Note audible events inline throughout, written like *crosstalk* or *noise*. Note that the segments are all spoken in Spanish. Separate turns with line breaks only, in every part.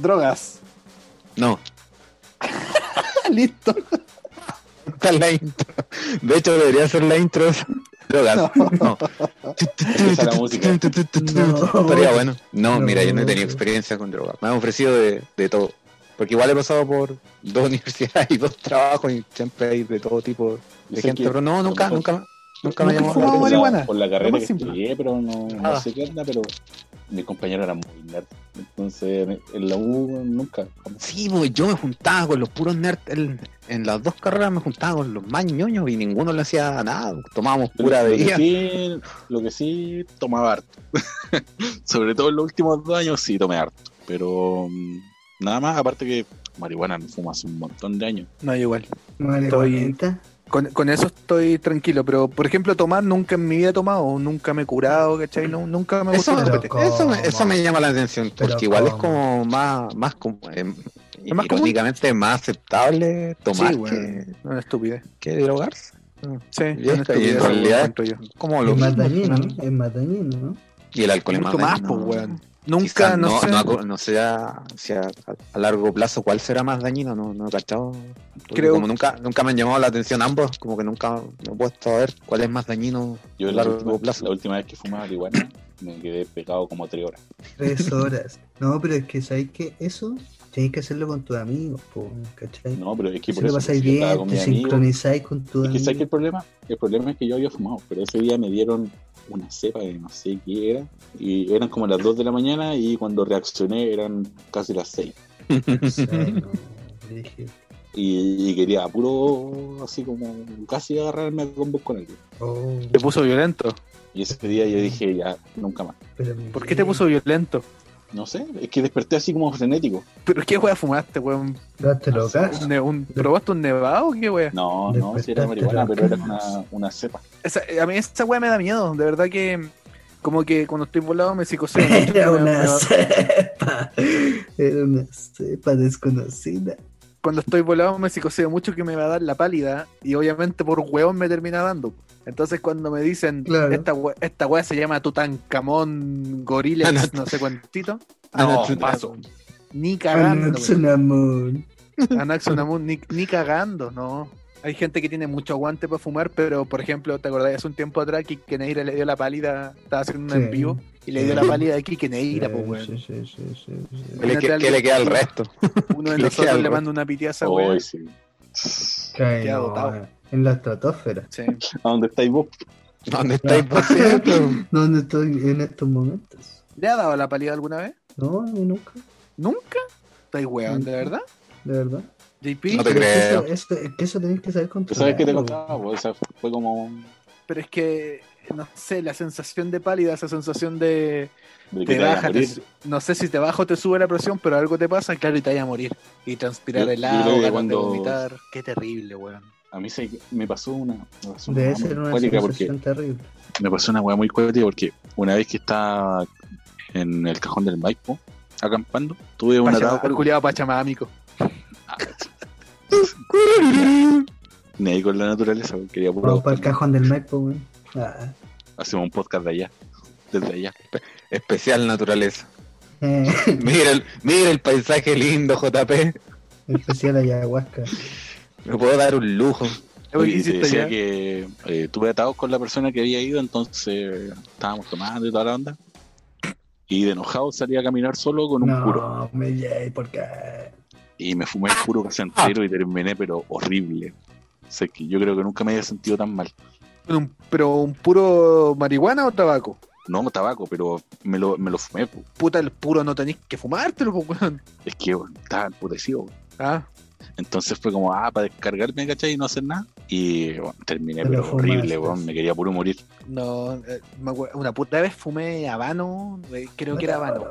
Drogas. *laughs* Ah,
No,
Listo.
esta es la intro. De hecho, debería ser la intro. Drogas. No.
Esa es la música.
No. Estaría bueno. No, mira, yo no he tenido experiencia con drogas. Me han ofrecido de, de todo. Porque igual he pasado por dos *laughs* universidades y dos trabajos y siempre hay de todo tipo
Yo
de
sé
gente.
que-
Pero no, nunca, nunca, nunca me
Nunca
llamó
fumaba
la
Por
atención.
la-
marihuana.
Por la
Lo
carrera
más
que
simple.
estudié, pero no, no
Ah.
sé qué onda, pero mi compañero era muy nerd. Entonces, en- en la U nunca. jamás.
Sí, pues yo me juntaba con los puros nerds. En, en las dos carreras me juntaba con los más ñoños y ninguno le hacía nada. pues, Tomábamos pura
lo, que
bebida.
sí, lo que sí, tomaba harto. *laughs* Sobre todo en los últimos dos años sí tomé harto. Pero mm, nada más, aparte que marihuana no fumo hace un montón de años.
No, yo igual.
No vale
Estoy-
40.
Con, con eso estoy tranquilo, pero por ejemplo, tomar nunca en mi vida he tomado, nunca me he curado, ¿cachai? No, nunca me
Eso,
gustó el copete.
Pero co-
eso, me-
¿cómo?
eso me llama la atención,
Pero
porque igual es
¿cómo?
como más, más como, eh,
más común.
irónicamente más aceptable tomar
Sí, weón.
que,
No es estúpido.
que drogarse.
Sí,
Y
no es
es que
estúpido,
en
eso lo
realidad-
encuentro yo.
Como lo
Es más dañino,
mismo.
es más dañino, ¿no?
Y el alcohol es
Mucho más, pues, weón. Nunca,
Nunca,
no,
no,
sé.
no, aco- no sé a, si a, a largo plazo cuál será más dañino, no, no he cachado. Porque
Creo-
Como nunca, nunca me han llamado la atención ambos, como que nunca me he puesto a ver cuál es más dañino
Yo
a
la
largo
última,
plazo.
la última vez que fumaba marihuana me quedé pegado como tres horas.
Tres horas. No, pero es que sabéis que eso tenéis que hacerlo con tus amigos, po, ¿cachai?
No, pero es que
Si
por
lo
eso
pasáis
yo estaba
bien,
con
te
mis amigos.
sincronizáis con tus
Es que ¿sabes qué
amigos.
el problema? El problema es que yo había fumado, pero ese día me dieron una cepa de no sé qué era, y eran como las 2 de la mañana y cuando reaccioné eran casi las 6. *laughs*
O sea, no, dije,
Y, y quería a puro, así como casi agarrarme a combos con alguien.
oh,
Te puso violento.
Y ese día yo dije, ya, nunca más.
pero mi
¿Por qué te
bien.
puso violento? *laughs*
No sé, es que desperté así como frenético.
¿Pero qué wea fumaste, weón?
¿Daste locas?
¿Un ne- un- ¿Probaste un nevado o qué wea?
No, no, si era
Despertaste
marihuana,
loca.
pero era una, una cepa.
Esa- a mí esa wea me da miedo, de verdad que como que cuando estoy volado me
*laughs*
psicoseo. mucho,
*laughs* Era
me-
una
me-
cepa. Era una cepa desconocida.
cuando estoy volado me psicoseo mucho que me va a dar la pálida y obviamente por hueón me termina dando. Entonces cuando me dicen,
Claro.
esta, we- esta wea se llama Tutankamón Gorilex, no sé cuántito,
Ah,
no,
no,
paso.
Ah,
Ni cagando. Ah, weón.
Anaxonamón.
Anaxonamun, ni, ni cagando, no. Hay gente que tiene mucho aguante para fumar, pero por ejemplo, ¿te acordás? Hace un tiempo atrás que Neira le dio la pálida, estaba haciendo un
Sí.
en vivo, y le dio la pálida de Kike Neira, pues, weón.
Sí, sí, sí, sí, sí.
¿Qué le,
Imagínate
qué le queda al
alguien-
resto?
Uno de
Le
nosotros
queda
le
algo.
manda una pitiaza,
Hoy
weón.
sí.
Cae,
Queda
no,
dotado.
En la estratosfera.
Sí.
¿A dónde estáis vos?
*laughs*
¿Dónde estáis por
*laughs* ¿Dónde estoy en estos momentos?
¿Le ha dado la pálida alguna vez?
No, yo nunca,
¿Nunca? ¿Estáis weón, de verdad?
de verdad.
JP,
No te
Pero es que
creo.
Eso, es que eso tenés que saber
Pero
controlar.
¿Sabes qué te contaba? po? O sea, fue como un-
pero es que, no sé, la sensación de pálida, esa sensación de...
de que
Te
te vayas a
baja, te
morir.
su- no sé si te baja o te sube la presión, pero algo te pasa, claro, y te vaya a morir. Y transpirar
Yo- yo
el
creo
agua,
que
ganas
cuando-
de vomitar. Qué terrible, weón.
A mí se, me pasó una. me pasó una
Debe
weá
ser
muy
una
cuática porque
sensación terrible.
Me pasó una weá muy cuática porque una vez que estaba en el cajón del Maipo acampando, tuve un
Pachama-
ataque.
culiao pachamámico.
Me ahí con la naturaleza, porque quería puro-
Vamos para el cajón del Maipo, weón. Ah.
Hacemos un podcast de allá, desde allá.
Especial naturaleza.
*laughs*
Eh,
Mira el, mira el paisaje lindo, JP.
especial ayahuasca.
Me puedo dar un lujo.
Oye, pues, ¿qué
Y te
hiciste
decía
ya?
que eh, tuve atados con la persona que había ido, entonces estábamos tomando y toda la onda. Y de enojado salí a caminar solo con un puro.
No, me llegué porque.
Y me fumé el puro casi entero y terminé, pero horrible. O sea, que yo creo que nunca me había sentido tan mal.
Un- ¿Pero un puro marihuana o tabaco?
No tabaco, pero me lo, me lo fumé. po.
Puta, el puro no tenés que fumártelo, po, weón.
Es que bueno, estaba emputecido. po.
Ah,
Entonces fue como, ah, para descargarme, ¿cachai? Y no hacer nada. Y bueno, terminé,
Te lo
pero horrible,
fumaste.
weón. Me quería puro morir.
no. eh, me acuer- una puta vez fumé habano, eh, creo que era habano.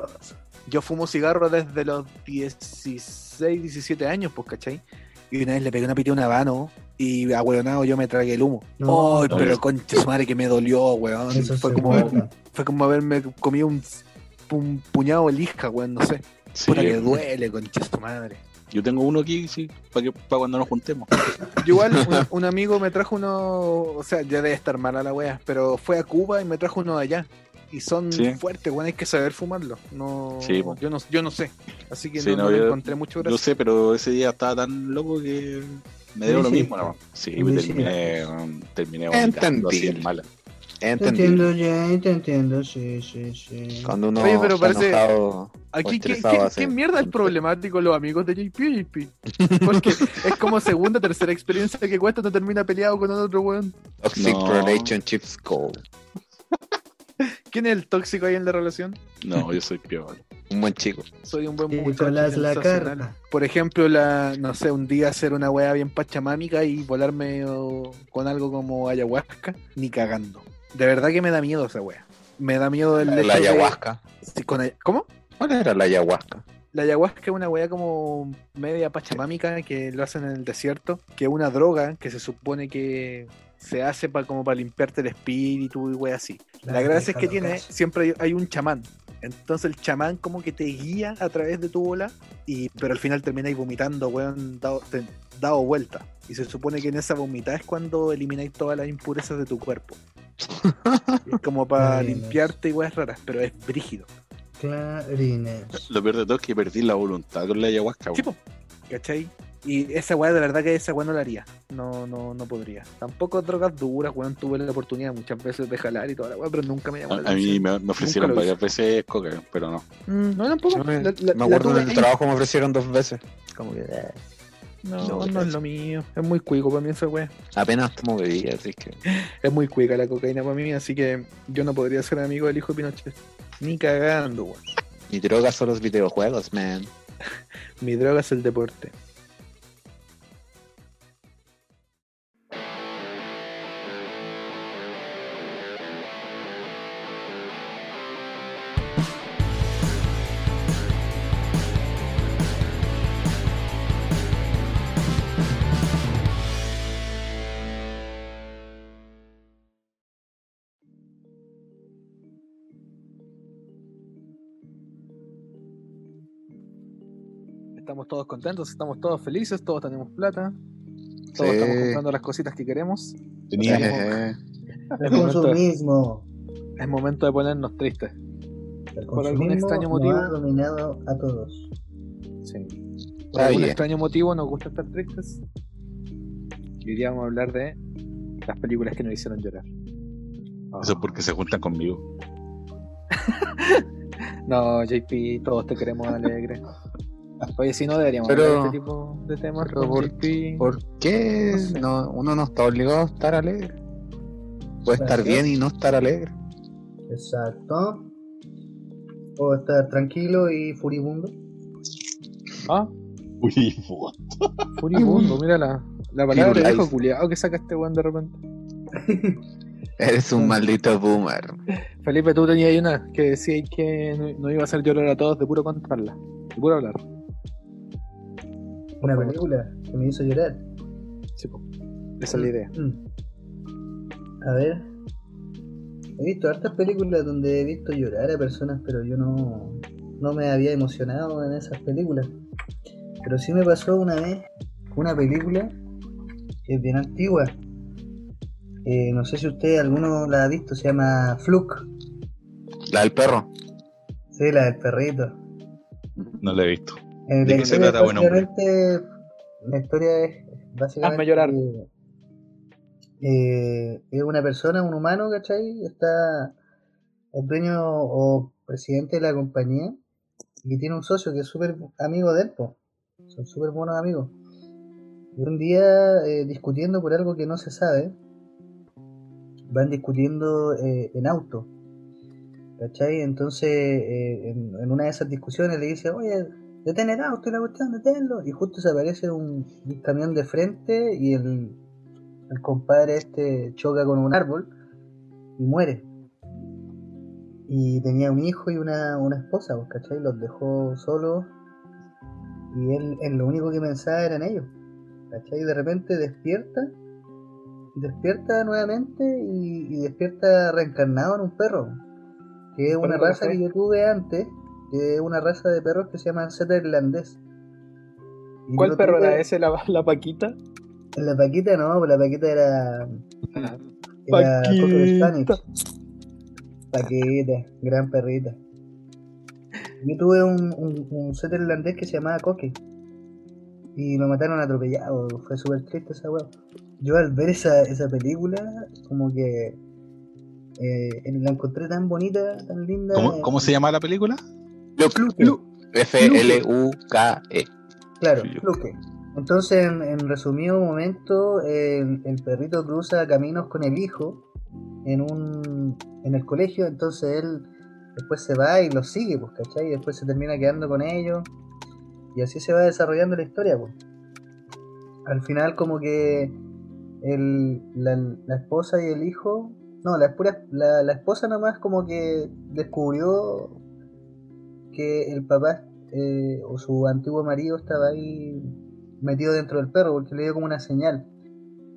Yo fumo cigarro desde los 16, 17 años, pues, ¿cachai? Y una vez le pegué una pita a un habano y ahueonado yo me tragué el humo. ¡Ay,
No, no,
pero
es-
concha su madre que me dolió, weón!
Eso
Fue
se
como,
guarda.
fue como haberme comido un, un puñado de lija, weón, no sé.
Sí,
Puta que duele, concha su madre.
yo tengo uno aquí, sí, para pa cuando nos juntemos.
Yo igual, un, un amigo me trajo uno, o sea, ya debe estar mala la wea, pero fue a Cuba y me trajo uno de allá. y son
Sí.
fuertes, bueno, hay que saber fumarlo. No,
Sí, po.
yo no, yo no sé. Así que
Sí,
no,
no,
no le
yo-
encontré mucho
Yo
gracia.
sé, pero ese día estaba tan loco que me dio
Sí,
lo
sí.
mismo. ¿no? Sí,
Sí,
pues,
sí.
terminé, um, terminé vomitando así en
Entendible.
mala.
Te
Entendí.
entiendo, Jay, te entiendo, sí, sí, sí.
Cuando uno
Oye, pero
está
parece-
enojado o
Aquí, ¿qué,
estresado
qué-
hace-
qué mierda es problemático los amigos de JP Porque es como segunda, tercera experiencia que cuesta no termina peleado con otro weón.
Toxic
No.
Relationships Goal.
¿Quién es el tóxico ahí en la relación?
No, yo soy peor.
Un buen chico.
Soy un buen muchacho.
Nicolás
sensacional.
Lacarta.
Por ejemplo, la, no sé, un día hacer una weá bien pachamámica y volarme o, con algo como ayahuasca, ni cagando. De verdad que me da miedo esa weá. Me da miedo el
La
hecho de-
ayahuasca.
Sí, con ay- ¿Cómo?
¿Cuál era la ayahuasca?
La ayahuasca es una weá como media pachamámica que lo hacen en el desierto, que es una droga que se supone que se hace pa- como para limpiarte el espíritu y weá así. La gracia es que tiene, siempre hay, hay un chamán. Entonces el chamán como que te guía a través de tu bola, y, pero al final termináis vomitando, weón, dado, te- dado vuelta. Y se supone que en esa vomitada es cuando elimináis todas las impurezas de tu cuerpo. Es como para
Bien.
limpiarte y weas raras, pero es brígido.
Clarines.
Lo peor de todo es que perdí la voluntad con la ayahuasca. weón.
Tipo, ¿cachai? Y esa weá, de verdad que esa weá no la haría. No, no, no podría. Tampoco drogas duras, weón, tuve la oportunidad muchas veces de jalar y toda la weá, pero nunca me llamó la
A, a mí
atención.
me, me ofrecieron
Nunca lo
varias veces coca, pero no.
Mm, No, tampoco.
Yo me,
La- la-
me
la
acuerdo
tuve
en el
ahí.
trabajo me ofrecieron dos veces. Como que eh,
No,
No,
no,
gracias.
es lo mío. Es muy cuico para mí esa wea.
apenas tomo bebida, así que.
Es muy cuica la cocaína para mí, así que yo no podría ser amigo del hijo de Pinochet. Ni cagando, weón.
Mi droga son los videojuegos, man.
Mi droga es el deporte. Estamos todos contentos, estamos todos felices, todos tenemos plata, todos
Sí.
estamos comprando las cositas que queremos.
Tenía
Ajá.
Ejé.
Es
El
momento,
consumismo.
es momento de ponernos tristes.
El
Por algún
consumismo
extraño
nos
motivo.
ha dominado a todos.
Por
Ah,
algún
bien.
extraño motivo nos gusta estar tristes. Y hoy día vamos a hablar de las películas que nos hicieron llorar.
Eso es porque se juntan conmigo. *laughs*
No, JP, todos te queremos
*laughs*
alegre. Oye, si no deberíamos
Pero-
hablar de este tipo de temas
pero
con
por-
JP.
¿Por qué
No sé.
no- uno no está obligado a estar alegre? Puede estar
Claro.
bien y no estar alegre.
Exacto. O estar tranquilo y furibundo.
Ah,
Uy, po.
furibundo, mira la, la palabra
Firulais.
de hijo culiado que saca este weón de repente.
Eres un maldito boomer.
Felipe, tú tenías ahí una que decía que no, no iba a hacer llorar a todos de puro contarla, de puro hablar.
Una
favor.
película que me hizo llorar.
Sí, po. Esa es la idea.
Mm. A ver. He visto hartas películas donde he visto llorar a personas, pero yo no, no me había emocionado en esas películas. Pero sí me pasó una vez una película que es bien antigua. Eh, no sé si usted alguno la ha visto, se llama Fluke.
La del perro.
Sí, la del perrito.
No lo he visto.
Eh,
¿De
la
qué se
historia
trata, buen hombre?
básicamente- La historia es básicamente.
Hazme llorar.
eh, es una persona, un humano, ¿cachai? Está el dueño o presidente de la compañía y tiene un socio que es súper amigo de él, po. son súper buenos amigos. Y un día, eh, discutiendo por algo que no se sabe, van discutiendo eh, en auto. ¿Cachai? Entonces, eh, en, en una de esas discusiones le dice, oye, detén el auto y la cuestión, deténlo. Y justo se aparece un, un camión de frente y el, el compadre este choca con un árbol y muere. Y tenía un hijo y una, una esposa, pues, ¿cachai? Los dejó solos y él, él lo único que pensaba eran ellos. ¿Cachai? Y de repente despierta, despierta nuevamente y, y despierta reencarnado en un perro, que es una
perro
raza
café?
que yo tuve antes, que es una raza de perros que se llama Zeta irlandés. Y yo
¿Cuál
lo
perro
tuve-
era ese? ¿La, la paquita?
La Paquita no, pues la Paquita era. Era
Paquita.
Cocker Spaniel. Paquita, gran perrita. Yo tuve un, un, un setter irlandés que se llamaba Coque. Y lo mataron atropellado. Fue súper triste esa weá. Yo al ver esa, esa película, como que eh, la encontré tan bonita, tan linda.
¿Cómo, cómo se llama la película?
Luke, Luke. F-L-U-K-E.
Claro,
Sí, yo-
Luque. Entonces, en, en resumido momento, el, el perrito cruza caminos con el hijo en un en el colegio, entonces él después se va y lo sigue, pues, ¿cachai? Y después se termina quedando con ellos. Y así se va desarrollando la historia, pues. Al final como que el, la, la esposa y el hijo... No, la, pura- la, la esposa nomás como que descubrió que el papá eh, o su antiguo marido estaba ahí metido dentro del perro porque le dio como una señal.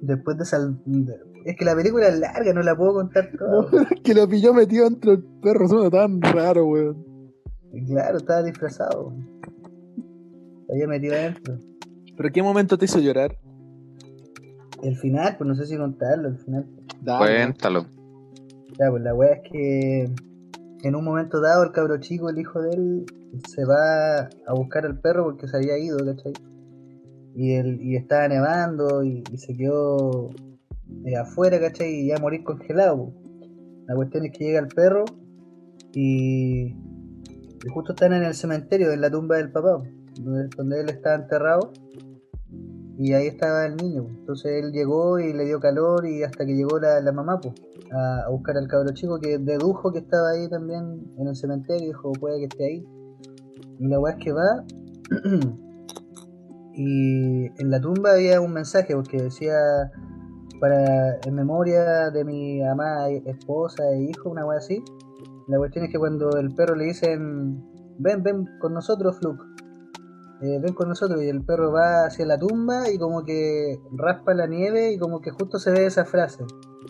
Después de sal... de- Es que la película es larga, no la puedo contar toda.
que lo pilló metido dentro del perro, suena tan raro, weón.
Y claro, estaba disfrazado. Se había metido adentro.
¿Pero qué momento te hizo llorar?
El final, pues no sé si contarlo, el final.
Dale.
Cuéntalo.
Ya, pues la wea es que en un momento dado el cabro chico, el hijo de él, se va a buscar al perro porque se había ido, ¿cachai? Y, él, y estaba nevando y, y se quedó de afuera, ¿cachai? Y iba a morir congelado. po. La cuestión es que llega el perro y, y justo están en el cementerio, en la tumba del papá, po, donde, donde él estaba enterrado. Y ahí estaba el niño. po. Entonces él llegó y le dio calor y hasta que llegó la, la mamá, pues a, a buscar al cabro chico que dedujo que estaba ahí también en el cementerio y dijo, puede que esté ahí. Y la weá es que va *clears throat* y en la tumba había un mensaje porque decía para en memoria de mi amada esposa e hijo, una weá así. La cuestión es que cuando el perro le dicen, ven, ven con nosotros, Fluke. eh, ven con nosotros y el perro va hacia la tumba y como que raspa la nieve y como que justo se ve esa frase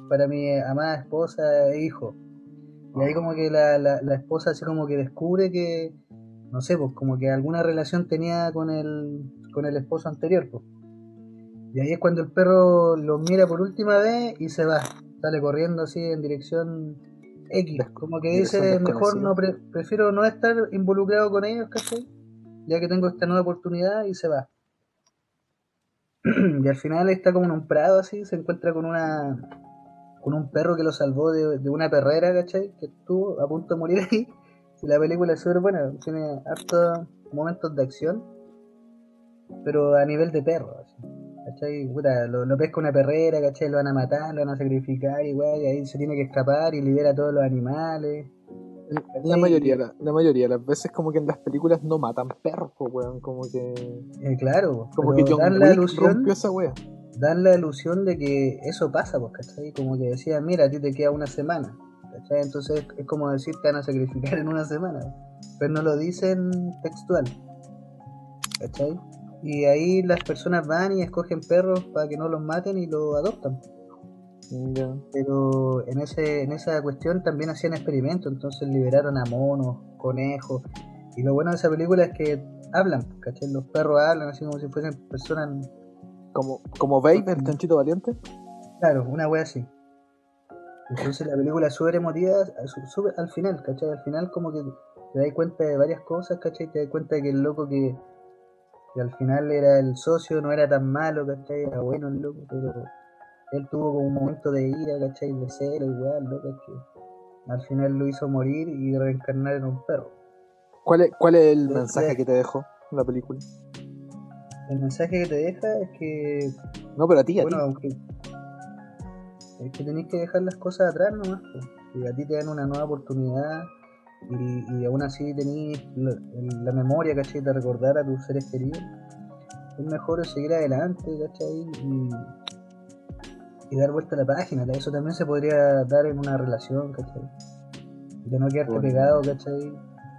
para mi amada esposa e hijo. Y ahí como que la, la, la esposa así como que descubre que, no sé, pues como que alguna relación tenía con el, con el esposo anterior. Pues. Y ahí es cuando el perro lo mira por última vez y se va. Sale corriendo así en dirección X. Como que
Dirección
dice, mejor
desconocida.
no pre- prefiero no estar involucrado con ellos, ¿cachai? Ya que tengo esta nueva oportunidad y se va. *clears throat* Y al final está como en un prado así, se encuentra con una, con un perro que lo salvó de, de una perrera, ¿cachai? Que estuvo a punto de morir ahí. Y la película es súper buena, tiene hartos momentos de acción, pero a nivel de perro, así, ¿cachai? Puta, lo, lo pesca una perrera, ¿cachai? Lo van a matar, lo van a sacrificar y weá, y ahí se tiene que escapar y libera a todos los animales.
La mayoría, la, la mayoría de las veces como que en las películas no matan perros, po, weón, como que...
Eh, claro,
Como
pero
que
dan
John
la
Wick
ilusión-
rompió esa wea.
dan la ilusión de que eso pasa, pues, ¿cachai? Como que decían, mira, a ti te queda una semana, ¿cachai? Entonces es como decir, te van a sacrificar en una semana, pero no lo dicen textual, ¿cachai? Y ahí las personas van y escogen perros para que no los maten y los adoptan.
Ya.
Pero en, ese, en esa cuestión también hacían experimentos, entonces liberaron a monos, conejos. Y lo bueno de esa película es que hablan, ¿cachai? Los perros hablan así como si fuesen personas
Como, como Babe,
Mm.
el chanchito valiente.
Claro, una wea así. Entonces la película es súper emotiva su- súper- al final, ¿cachai? Al final como que te das cuenta de varias cosas, ¿cachai? Te das cuenta de que el loco que, que al final era el socio no era tan malo, ¿cachai? Era bueno el loco, pero él tuvo como un momento de ira, ¿cachai? De cero igual, loco, que al final lo hizo morir y reencarnar en un perro.
¿Cuál es, cuál es el
Sí,
mensaje
sí.
que te dejó la película?
El mensaje que te deja es que
No, pero a ti, a
Bueno,
ti.
aunque es que tenéis que dejar las cosas atrás nomás, po. y a ti te dan una nueva oportunidad y, y aún así tenéis la, el- la memoria, ¿cachai? De recordar a tus seres queridos. Es mejor seguir adelante, ¿cachai? Y, y dar vuelta a la página, ¿cachai? eso también se podría dar en una relación, ¿cachai? De no quedarte
Bueno.
pegado, ¿cachai?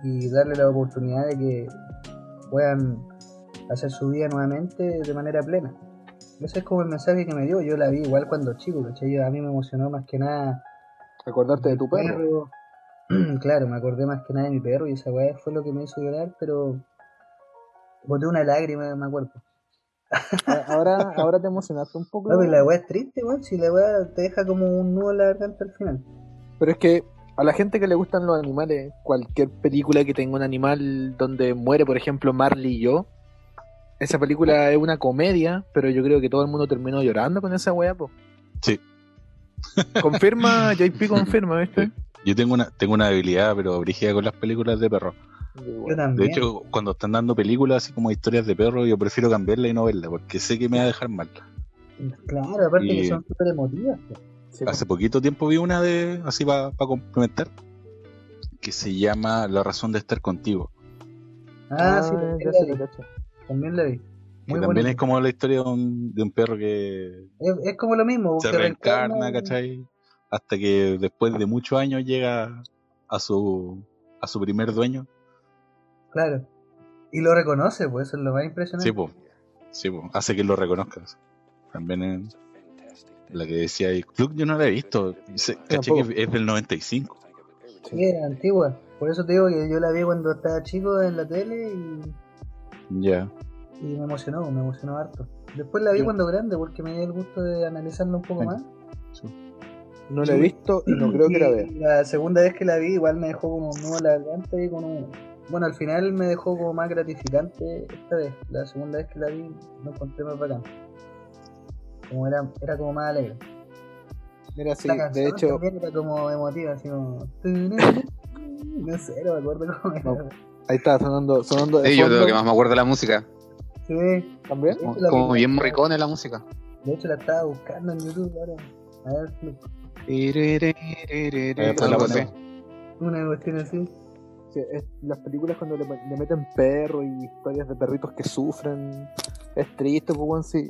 Y darle la oportunidad de que puedan hacer su vida nuevamente de manera plena. Ese es como el mensaje que me dio. Yo la vi igual cuando chico, ¿cachai? Yo- A mí me emocionó más que nada.
Acordarte de tu
mi
perro.
perro. *clears throat* claro, me acordé más que nada de mi perro y esa weá fue lo que me hizo llorar, pero. Boté una lágrima, me acuerdo.
A- Ahora, ahora te emocionaste un poco.
No, pero la weá es triste, weón. Si la weá te deja como un nudo en la garganta al final.
Pero es que A la gente que le gustan los animales, cualquier película que tenga un animal donde muere, por ejemplo, Marley y yo, esa película es una comedia, pero yo creo que todo el mundo terminó llorando con esa weá, po.
Sí.
*laughs* Confirma, JP confirma, ¿viste?
Yo tengo una, tengo una habilidad, pero brígida con las películas de perro.
Yo
De
también.
hecho, cuando están dando películas así como historias de perro, yo prefiero cambiarla y no verla, porque sé que me va a dejar mal.
claro, aparte que
y-
son súper emotivas. po.
Sí, po.
Hace poquito tiempo vi una de, así para complementar, que se llama La razón de estar contigo.
Ah,
Ah,
sí, también
ya
la
se
vi.
lo cacho.
También la vi.
Que
Muy
también
bonita.
es como la historia de un, de un perro que
Es, es como lo mismo.
se
se
reencarna, ¿cachai? Hasta que después de muchos años llega a su, a su primer dueño.
Claro. Y lo reconoce, pues eso es lo más impresionante.
Sí, po. Sí, po. Hace que lo reconozcas. También en la que decía ahí. Club yo no la he visto. Se- Caché
Tampoco.
que es del 95.
Sí, era antigua. Por eso te digo que yo la vi cuando estaba chico en la tele y,
Ya.
y me emocionó, me emocionó harto. Después la vi
Yo-
cuando grande porque me dio el gusto de analizarla un poco más.
No la he visto y no creo que la vea.
Y la segunda vez que la vi igual me dejó como un nudo en la garganta y con un... Bueno, al final me dejó como más gratificante esta vez. La segunda vez que la vi lo encontré más bacán. Como era, era como más alegre.
Mira, sí,
La
de
canción
hecho,
también era como emotiva, así como... No sé, no me acuerdo cómo era.
No. ahí está sonando, sonando de
Sí, yo
fondo.
lo que más me acuerdo de la música.
Sí,
¿También?
Sí.
Como, como bien morricón es la música.
de hecho la estaba buscando en YouTube ahora. A ver, si-
Ahí está la
Algo
buena.
así.
una cuestión
*laughs*
así.
Sí, es- las películas cuando le, le meten perro y historias de perritos que sufren, es triste, pues, weón, sí.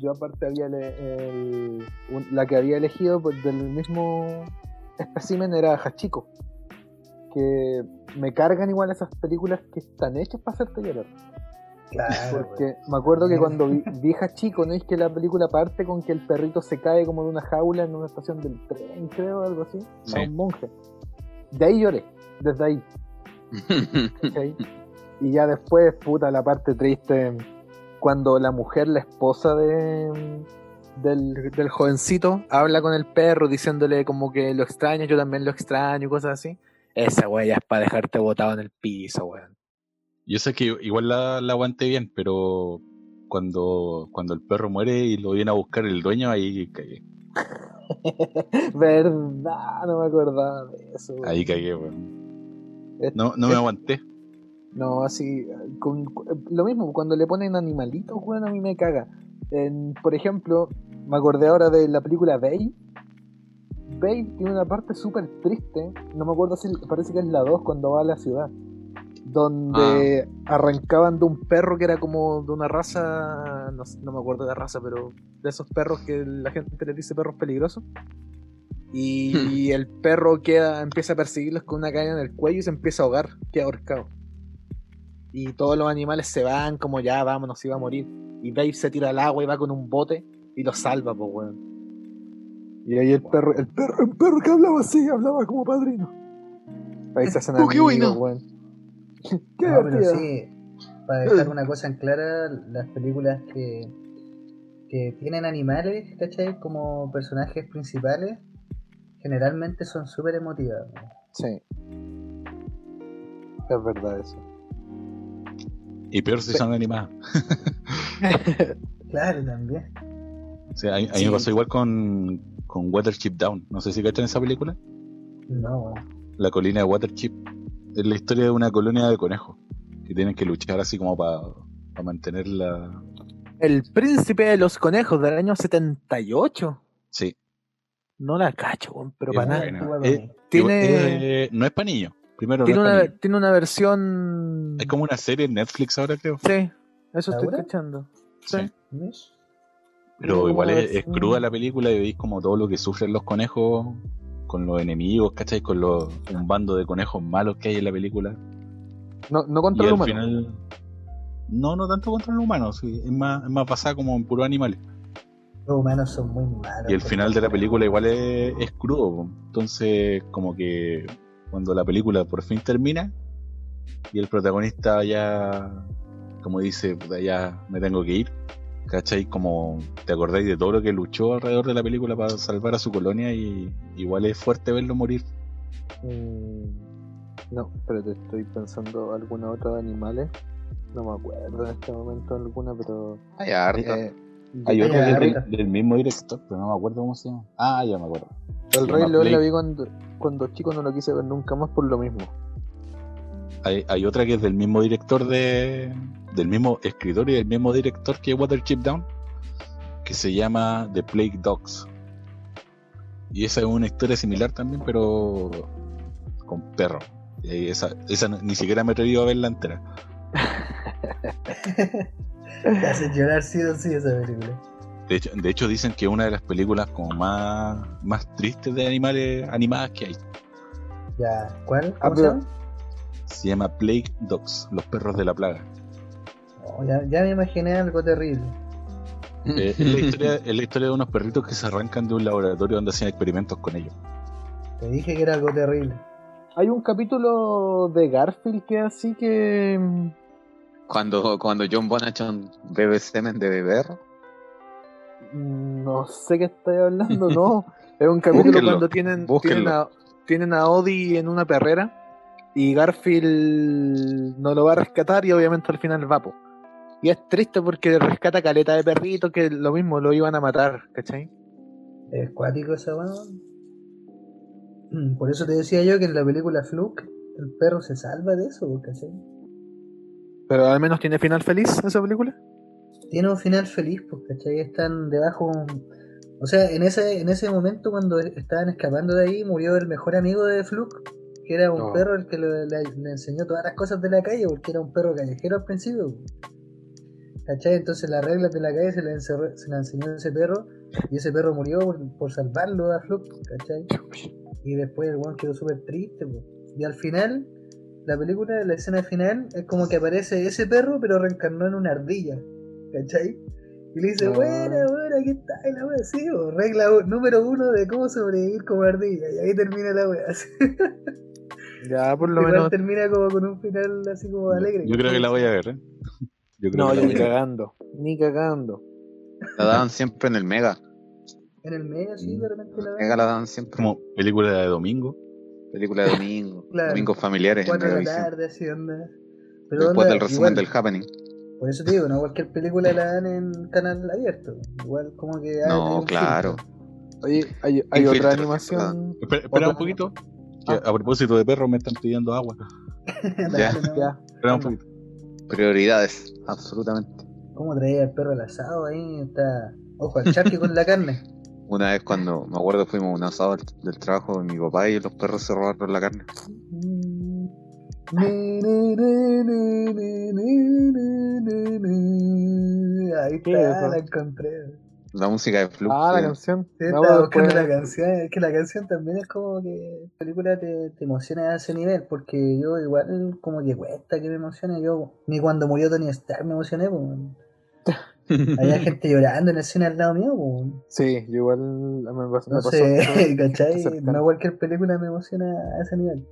Yo aparte había le- el- un- la que había elegido pues, del mismo espécimen era Hachiko. Que me cargan igual esas películas que están hechas para hacerte llorar.
Claro,
Porque me acuerdo que cuando vi, vi Hachiko, ¿no? Es que la película parte con que el perrito se cae como de una jaula en una estación del tren, creo, algo así, a
Sí.
un monje. De ahí lloré, desde ahí. ¿cachai? Y ya después, puta, la parte triste, cuando la mujer, la esposa de, del, del jovencito, habla con el perro diciéndole como que lo extraño, yo también lo extraño, y cosas así. Esa wea ya es para dejarte botado en el piso, weón.
Yo sé que igual la, la aguanté bien, pero cuando, cuando el perro muere y lo viene a buscar el dueño, ahí cagué.
Verdad, no me acordaba de eso. weón.
Ahí cagué, weón.
Es-
No, no me aguanté.
No, así. con- con- lo mismo, cuando le ponen animalitos, weón, a mí me caga. En- por ejemplo, me acordé ahora de la película Bay. Bay tiene una parte súper triste. No me acuerdo si parece que es la 2 cuando va a la ciudad. Donde arrancaban de un perro que era como de una raza. No, sé, no me acuerdo de la raza, pero de esos perros que la gente le dice perros peligrosos. Y el perro queda, empieza a perseguirlos con una cadena en el cuello y se empieza a ahogar, queda ahorcado y todos los animales se van como ya vámonos se iba a morir y Dave se tira al agua y va con un bote y lo salva pues weón y ahí el perro el perro el perro que hablaba así hablaba como padrino ahí se hacen
Oh, qué
amigos weón
bueno.
*laughs* qué
No, pero
divertido
sí, para dejar una cosa en clara, las películas que, que tienen animales, ¿cachai? Como personajes principales, generalmente son súper emotivas. ¿no?
sí es verdad eso
Y peor si son animadas.
Claro, también.
O sea, a, a mí
Sí.
me pasó igual con, con Watership Down. No sé si cachan esa película.
No,
La colina de Watership. Es la historia de una colonia de conejos que tienen que luchar así como para mantener la.
el príncipe de los conejos del año 78
Sí.
no la cacho weón, pero
es
para nada
buena.
igual,
Eh,
bueno.
Tiene-
eh, no es para niños. Primero, no
tiene
es pa'
una
niños.
tiene una versión
Es como una serie en Netflix ahora, creo.
sí eso estoy
¿Ahora?
cachando
Sí.
Sí.
¿ves?
Pero igual es, es
Mm.
cruda la película y veis como todo lo que sufren los conejos con los enemigos, ¿cachai? Con los, un bando de conejos malos que hay en la película.
no, no
Y
contra el
al
humano
final... No, no tanto contra los humanos, sí, es más, es más basada como en puros animales.
Los humanos son muy malos.
Y el
por
final de la
ejemplo. *laughs*
película igual es, es crudo, po. entonces como que cuando la película por fin termina y el protagonista ya, como dice, "Puta, ya me tengo que ir, ¿cachai? Como te acordáis de todo lo que luchó alrededor de la película para salvar a su colonia y igual es fuerte verlo morir
Mm, no, pero te estoy pensando alguna otra de animales. No me acuerdo en este momento alguna, pero.
Hay harta. *laughs*
eh,
Hay
Ya,
otra
ya,
del,
ahorita.
del mismo director, pero no me acuerdo cómo se llama. Ah, ya me acuerdo.
el
Se
Rey
llama
León la
Blade.
vi cuando, cuando chico, no lo quise ver nunca más por lo mismo.
Hay, hay otra que es del mismo director de. del mismo escritor y del mismo director que Watership Down, que se llama The Plague Dogs. Y esa es una historia similar también, pero con perro. Y esa, esa no- ni siquiera me he atrevido a verla entera.
Te hace llorar sí o sí esa película.
De hecho, de hecho dicen que es una de las películas como más, más tristes de animales animadas que hay.
Ya, ¿cuál?
Ah,
¿Cómo se
pero-
llama?
Se llama Plague Dogs, los perros de la plaga.
Oh, ya, ya me imaginé algo terrible.
Eh, es,
*laughs*
la historia, es la historia de unos perritos que se arrancan de un laboratorio donde hacían experimentos con ellos.
Te dije que era algo terrible.
Hay un capítulo de Garfield que es así que. mm,
Cuando, cuando John Bonachon bebe semen de beber,
Mm, No sé qué estoy hablando, no. Es un capítulo
Búsquenlo,
cuando tienen, tienen,
búsquenlo.
a, tienen a Odie en una perrera y Garfield no lo va a rescatar y obviamente al final va. po. Y es triste porque rescata caleta de perrito que lo mismo lo iban a matar, ¿cachai?
Es cuático esa weá. Mm, Por eso te decía yo que en la película Fluke el perro se salva de eso, po, ¿cachai?
Pero al menos tiene final feliz esa película.
Tiene un final feliz, pues, ¿cachai? Están debajo. O sea, en ese, en ese momento cuando e, estaban escapando de ahí, murió el mejor amigo de Fluke, que era un
No.
perro el que le, le- le enseñó todas las cosas de la calle, porque era un perro callejero al principio. po. ¿Cachai? Entonces las reglas de la calle se las encerró- se las enseñó ese perro, y ese perro murió por, por salvarlo a Fluke, ¿cachai? Y después el weón quedó súper triste, pues. po. Y al final, la película, la escena final, es como que aparece ese perro, pero reencarnó en una ardilla. ¿Cachai? Y le dice,
Ah.
bueno, bueno, aquí está y la wea, sí, po, regla u- número uno de cómo sobrevivir como ardilla. Y ahí termina la wea. así.
Ya, por lo
Igual
menos.
termina como con un final así como alegre.
Yo creo que la voy a ver. ¿eh? Yo creo
No,
que la
yo
voy
ni
a ver.
cagando. Ni cagando.
la daban siempre en el Mega.
En el medio, sí, de repente la
En el
veo.
Mega la daban siempre.
Como película de domingo.
Película de
*laughs*
domingo,
Claro.
domingos familiares en
Cuatro de la
Televisión.
tarde, así onda. Pero
Después
onda,
del resumen
igual,
del happening.
Por eso te digo, no cualquier película la dan en canal abierto. Igual como que. hay- hay
No,
un
claro.
Oye, hay, hay otra
Infiltro,
animación.
Espera, espera
Otro-
un poquito. que a propósito de perros, me están pidiendo agua.
filtro.
Ya.
*laughs* Dale, no.
Ya.
Espera un poquito.
Prioridades, absolutamente.
¿Cómo traía al perro al asado ahí? Está. Ojo, al charque con la carne.
Una vez cuando, me acuerdo, fuimos a un asado del, del trabajo de mi papá y los perros se robaron la carne.
Ahí
¿Qué es
está,
eso?
la encontré.
La música de Fluke.
Ah, la
eh,
canción.
Sí,
Vamos
estaba buscando
después.
la canción. Es que la canción también es como que la película te, te emociona a ese nivel. Porque yo, igual, como que cuesta que me emocione. Yo, ni cuando murió Tony Stark me emocioné. po, weón.
*laughs*
*laughs*
Había gente llorando en el cine al lado mío. po, weón.
Sí, yo igual me, me pasó. *laughs*
No *laughs* sé, ¿cachai?
cercano.
No cualquier película me emociona a ese nivel.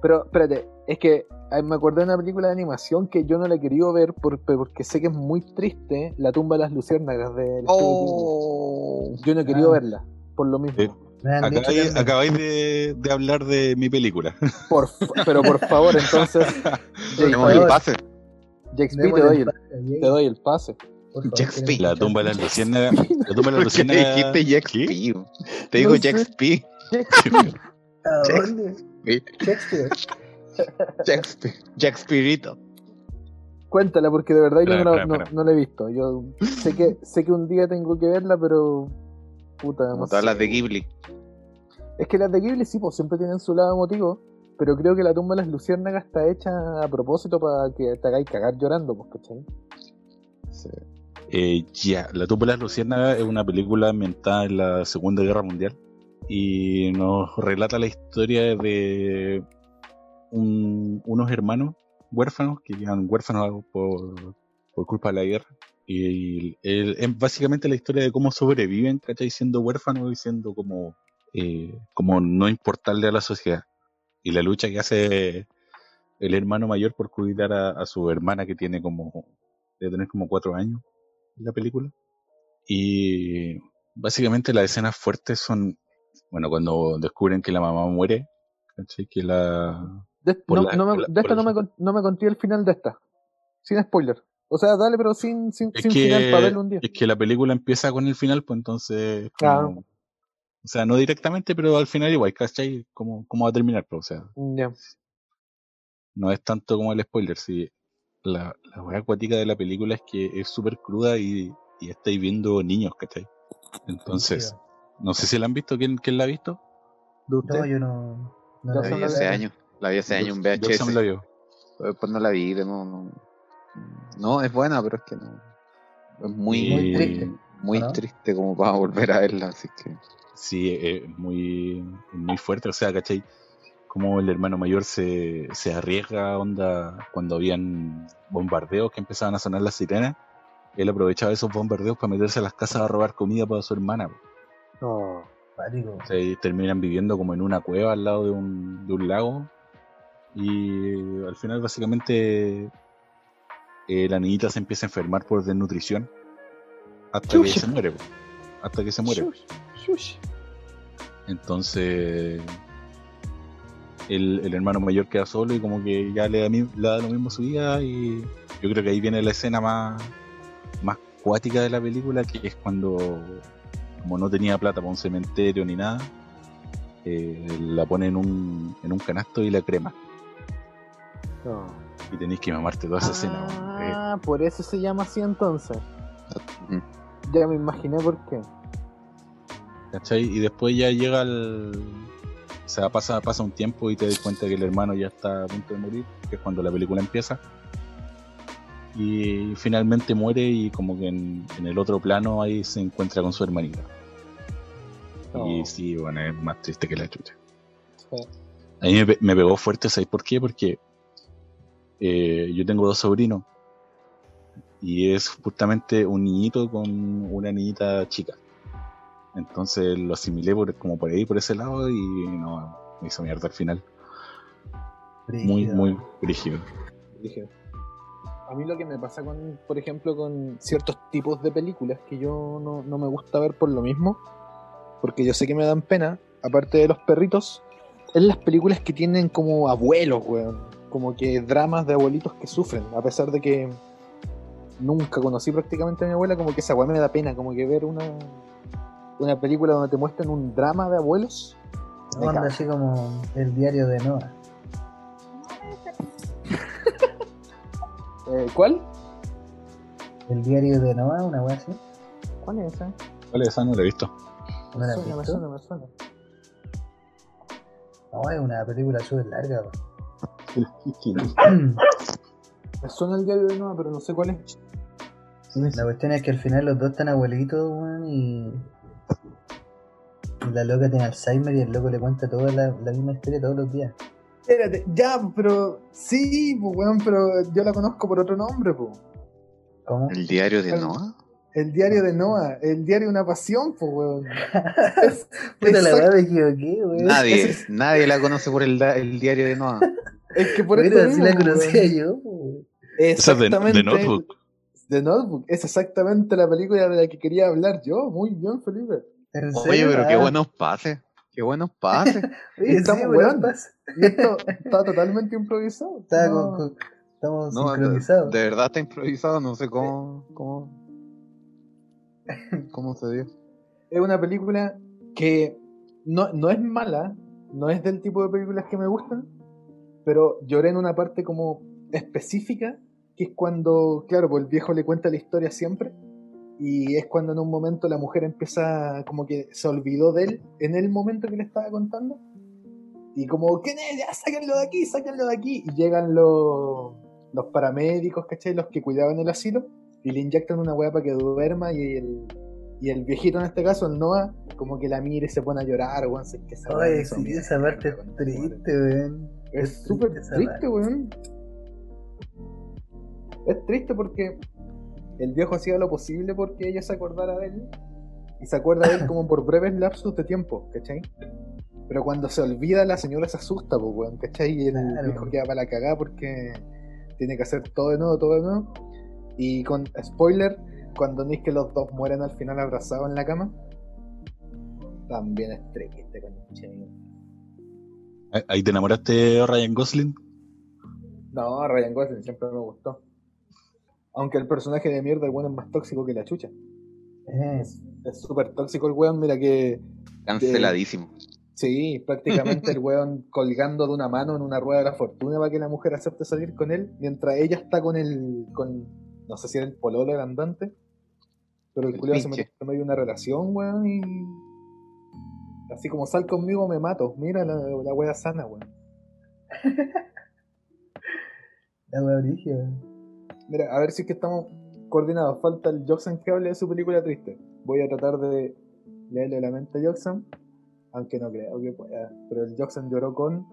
Pero espérate, es que ay, me acordé de una película de animación que yo no la he querido ver por- pero porque sé que es muy triste, La tumba de las luciérnagas de los
Oh.
Yo no he querido
Ah.
verla, por lo mismo.
Eh,
Me han dicho
Acabáis,
también.
acabáis de, de hablar de mi película.
Por fa- pero por favor,
*laughs*
entonces,
Tenemos el
favor.
pase.
Shakespeare, te
Démosle
doy,
el
el,
pase a Jake,
te doy el pase.
por favor,
Shakespeare.
queremos
La tumba de las
escuchar.
luciérnagas. La tumba
*laughs* ¿Por qué
de las
le
luciérnagas.
dijiste Jack
¿Qué?
P? Te digo
No
Jack
sé.
P.
¿A
Shakespeare.
dónde? Shakespeare.
Jack P. Jack Spirito.
Cuéntala, porque de verdad yo
Espera,
no, la-
espera,
no-
espera.
no la he visto. Yo sé que, sé que un día tengo que verla, pero. Puta, no
Como todas las
sé.
de Ghibli.
Es que las de Ghibli sí, pues siempre tienen su lado emotivo, pero creo que la tumba de las luciérnagas está hecha a propósito para que te hagáis cagar llorando, pues, ¿cachai?
Eh, ya, La tumba de las luciérnagas es una película ambientada en la Segunda Guerra Mundial y nos relata la historia de un- unos hermanos huérfanos que quedan huérfanos por, por culpa de la guerra. Y el- es básicamente la historia de cómo sobreviven, ¿cachai? Siendo huérfanos y siendo como, eh, como no importarle a la sociedad. Y la lucha que hace el hermano mayor por cuidar a, a su hermana que tiene como, de tener como cuatro años en la película. Y básicamente las escenas fuertes son, bueno, cuando descubren que la mamá muere ¿Cachai? Que la.
De,
Por
no,
la-
no me-
por la-
de
por
esta
la-
no me, con- no me conté el final de esta. Sin spoiler. O sea, dale, pero sin, sin,
Es
sin final para verlo un
que,
día.
es que la película empieza con el final, pues entonces. como-
Claro.
O sea, no directamente, pero al final igual, ¿cachai? ¿Cómo, cómo va a terminar? Pues, o sea,
Ya.
no es tanto como el spoiler. Sí, la, la wea acuática de la película es que es súper cruda y, y estáis viendo niños, ¿cachai? Entonces, no sé si la han visto, ¿quién, quién la ha visto? ¿De usted?
No, yo no. no
Ya
La
la
son
vi
vi.
las-
hace años. La vi hace años en
Jackson- Jackson la
VHS.
vio.
Pues no la vi, de no, no. No, es buena, pero es que no. Es muy,
Muy
Y-
triste.
muy
¿no?
triste como para volver a verla, así que.
Sí, es muy, muy fuerte, o sea, ¿cachai? Como el hermano mayor se, se arriesga, onda, cuando habían bombardeos que empezaban a sonar las sirenas, él aprovechaba esos bombardeos para meterse a las casas a robar comida para su hermana. po.
No.
Pático.
O sea, y terminan viviendo como en una cueva al lado de un, de un lago. Y al final, básicamente, eh, la niñita se empieza a enfermar por desnutrición hasta que
Chucha.
se muere. po. Hasta que se muere.
Shush, shush.
Entonces, el, el hermano mayor queda solo y como que ya le da, mi- le da lo mismo su vida y yo creo que ahí viene la escena más, más cuática de la película, que es cuando, como no tenía plata para un cementerio ni nada, eh, la pone en un, en un canasto y la crema.
No.
Y tenéis que mamarte toda esa escena. weón. Eh,
Ah, por eso se llama así entonces.
ujú.
Mm.
Ya me imaginé por qué.
¿Cachai? Y después ya llega el. O sea, pasa, pasa un tiempo y te das cuenta que el hermano ya está a punto de morir, que es cuando la película empieza. Y finalmente muere y como que en, en el otro plano ahí se encuentra con su hermanita.
No.
Y sí, bueno, es más triste que la chucha.
Sí.
A mí me, pe- me pegó fuerte, ¿sabes por qué? Porque eh, yo tengo dos sobrinos. Y es justamente un niñito con una niñita chica. Entonces lo asimilé por, como por ahí, por ese lado, y no, me hizo mierda al final. Muy,
Brígido.
muy rígido.
dije. A mí lo que me pasa con, por ejemplo, con ciertos tipos de películas que yo no, no me gusta ver por lo mismo, porque yo sé que me dan pena, aparte de los perritos, es las películas que tienen como abuelos, weón. Como que dramas de abuelitos que sufren, a pesar de que nunca conocí prácticamente a mi abuela, como que esa weá me da pena, como que ver una, una película donde te muestran un drama de abuelos. me
Onda
caga.
así como el diario de Noah.
Eh, ¿Cuál?
El diario de Noah, una wea así.
¿Cuál es esa?
Vale, esa no la he visto.
¿No
Me
la has
suena, me
visto?
suena, me suena.
No, es una película súper larga. po.
Me suena el diario de Noah, pero no sé cuál es.
*clears throat* La cuestión es que al final los dos están abuelitos, weón, y... y la loca tiene Alzheimer y el loco le cuenta toda la, la misma historia todos los días.
Espérate, ya, pero sí, pues weón, pero yo la conozco por otro nombre, pues.
¿Cómo?
¿El diario de
Al-
Noah?
El diario de Noah, el diario de una pasión, pues
*laughs*
weón. Es-
Puta la
exacto,
weá me equivoqué, weón.
Nadie,
ese-
nadie la conoce por el, da- el diario de Noah.
es que por
Bueno,
esto
así
mismo,
la
weón.
conocía yo, weón.
Esa es de, de
Exactamente.
Notebook.
The Notebook, es exactamente la película de la que quería hablar yo. Muy bien, Felipe.
¿En
Oye,
serio?
pero qué
Ah,
buenos pases. Qué buenos pases.
oye, sí,
estamos,
weón,
weón.
pasa.
Y esto está totalmente improvisado.
Estaba
No.
con- con- estamos
No, de,
sincronizados.
de verdad está improvisado, no sé cómo. cómo, cómo se dio.
es una película que no, no es mala, no es del tipo de películas que me gustan, pero lloré en una parte como específica, que es cuando, claro, pues el viejo le cuenta la historia siempre, y es cuando en un momento la mujer empieza como que se olvidó de él en el momento que le estaba contando, y como, ¿quién es? Ya, sáquenlo de aquí, sáquenlo de aquí, y llegan los, los paramédicos, ¿cachai? Los que cuidaban el asilo, y le inyectan una hueá para que duerma, y el, y el viejito en este caso, el Noah, como que la mira y se pone a llorar, weón. si es que esa weá me
Oye,
hizo
sí,
mierda,
esa parte es
weón.
triste, weón.
Es súper
esa
triste,
parte.
weón. Es triste porque el viejo hacía lo posible porque ella se acordara de él. Y se acuerda de él como por breves lapsos de tiempo, ¿cachai? Pero cuando se olvida, la señora se asusta, pues, weón, ¿cachai? Y el
Claro.
viejo queda para la cagada porque tiene que hacer todo de nuevo, todo de nuevo. Y con spoiler, cuando no es que los dos mueren al final abrazados en la cama, también es triste, conche,
¿Ahí te enamoraste de Ryan Gosling?
No, Ryan Gosling siempre me gustó. Aunque el personaje de mierda, el weón es más tóxico que la chucha.
Eh,
Es es súper tóxico el weón, mira que.
Canceladísimo.
Sí, prácticamente el weón colgando de una mano en una rueda de la fortuna para que la mujer acepte salir con él, mientras ella está con el. con No sé si era el pololo, el andante. Pero el
El
culiado se
pinche.
metió en medio de una relación, weón, y. Así como sal conmigo, me mato. Mira la, la wea sana, weón.
La wea
*laughs*
brígida.
Mira, a ver si es que estamos coordinados. Falta el Joxan que hable de su película triste. Voy a tratar de leerle la mente a Joxan, aunque no creo que pueda. Pero el Joxan lloró con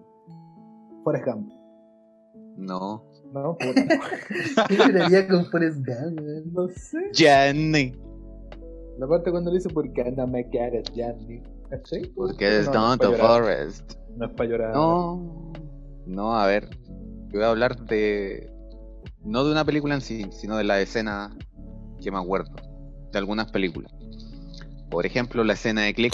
Forrest Gump,
No.
¿no? Puta.
¿Qué lloraría con Forrest Gump, weón?
no sé.
Jenny.
La parte cuando le dice, ¿por qué no me quieres, Janny? ¿Cachai?
Porque es
No, no es
Don't
pa'
the
llorar.
Forest.
No es para llorar.
No. No, a ver. Yo voy a hablar de. No de una película en sí, sino de la escena que me acuerdo. De algunas películas. Por ejemplo, la escena de Click,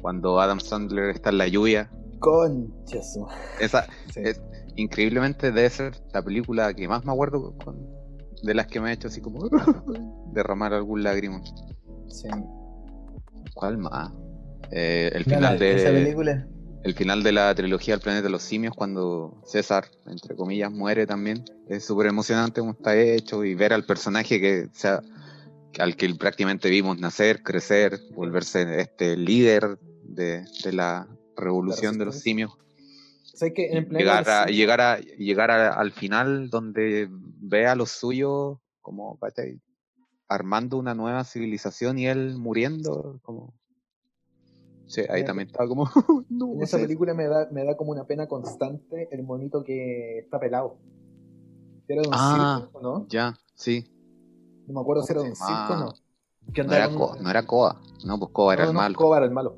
cuando Adam Sandler está en la lluvia.
Concha su madre.
Esa,
Sí.
Es- increíblemente, debe ser la película que más me acuerdo con- de las que me ha hecho así como *laughs* derramar algún lágrima.
sí.
¿Cuál más? Eh, el
Nada,
final
Esa
de
película.
el final de la trilogía El planeta de los simios cuando César, entre comillas, muere también. Es súper emocionante cómo está hecho y ver al personaje que o sea, al que prácticamente vimos nacer, crecer, volverse este líder de, de la revolución de los
resistencia.
simios
¿Sabes que en el planeta
llegar a,
de los-
llegar a llegar a- al final donde ve a los suyos como ¿cachai? armando una nueva civilización y él muriendo como sí ahí
Ya,
también estaba como *laughs* no,
En esa
sí.
película me da, me da como una pena constante el monito que está pelado. Era de un
Ah.
circo, ¿no?
ya sí
No me acuerdo si era de un
Ah.
circo o no. Que
no era,
con
Koa,
una-
no era Koa no pues Koa era
no,
el
no,
malo
Koba era el malo.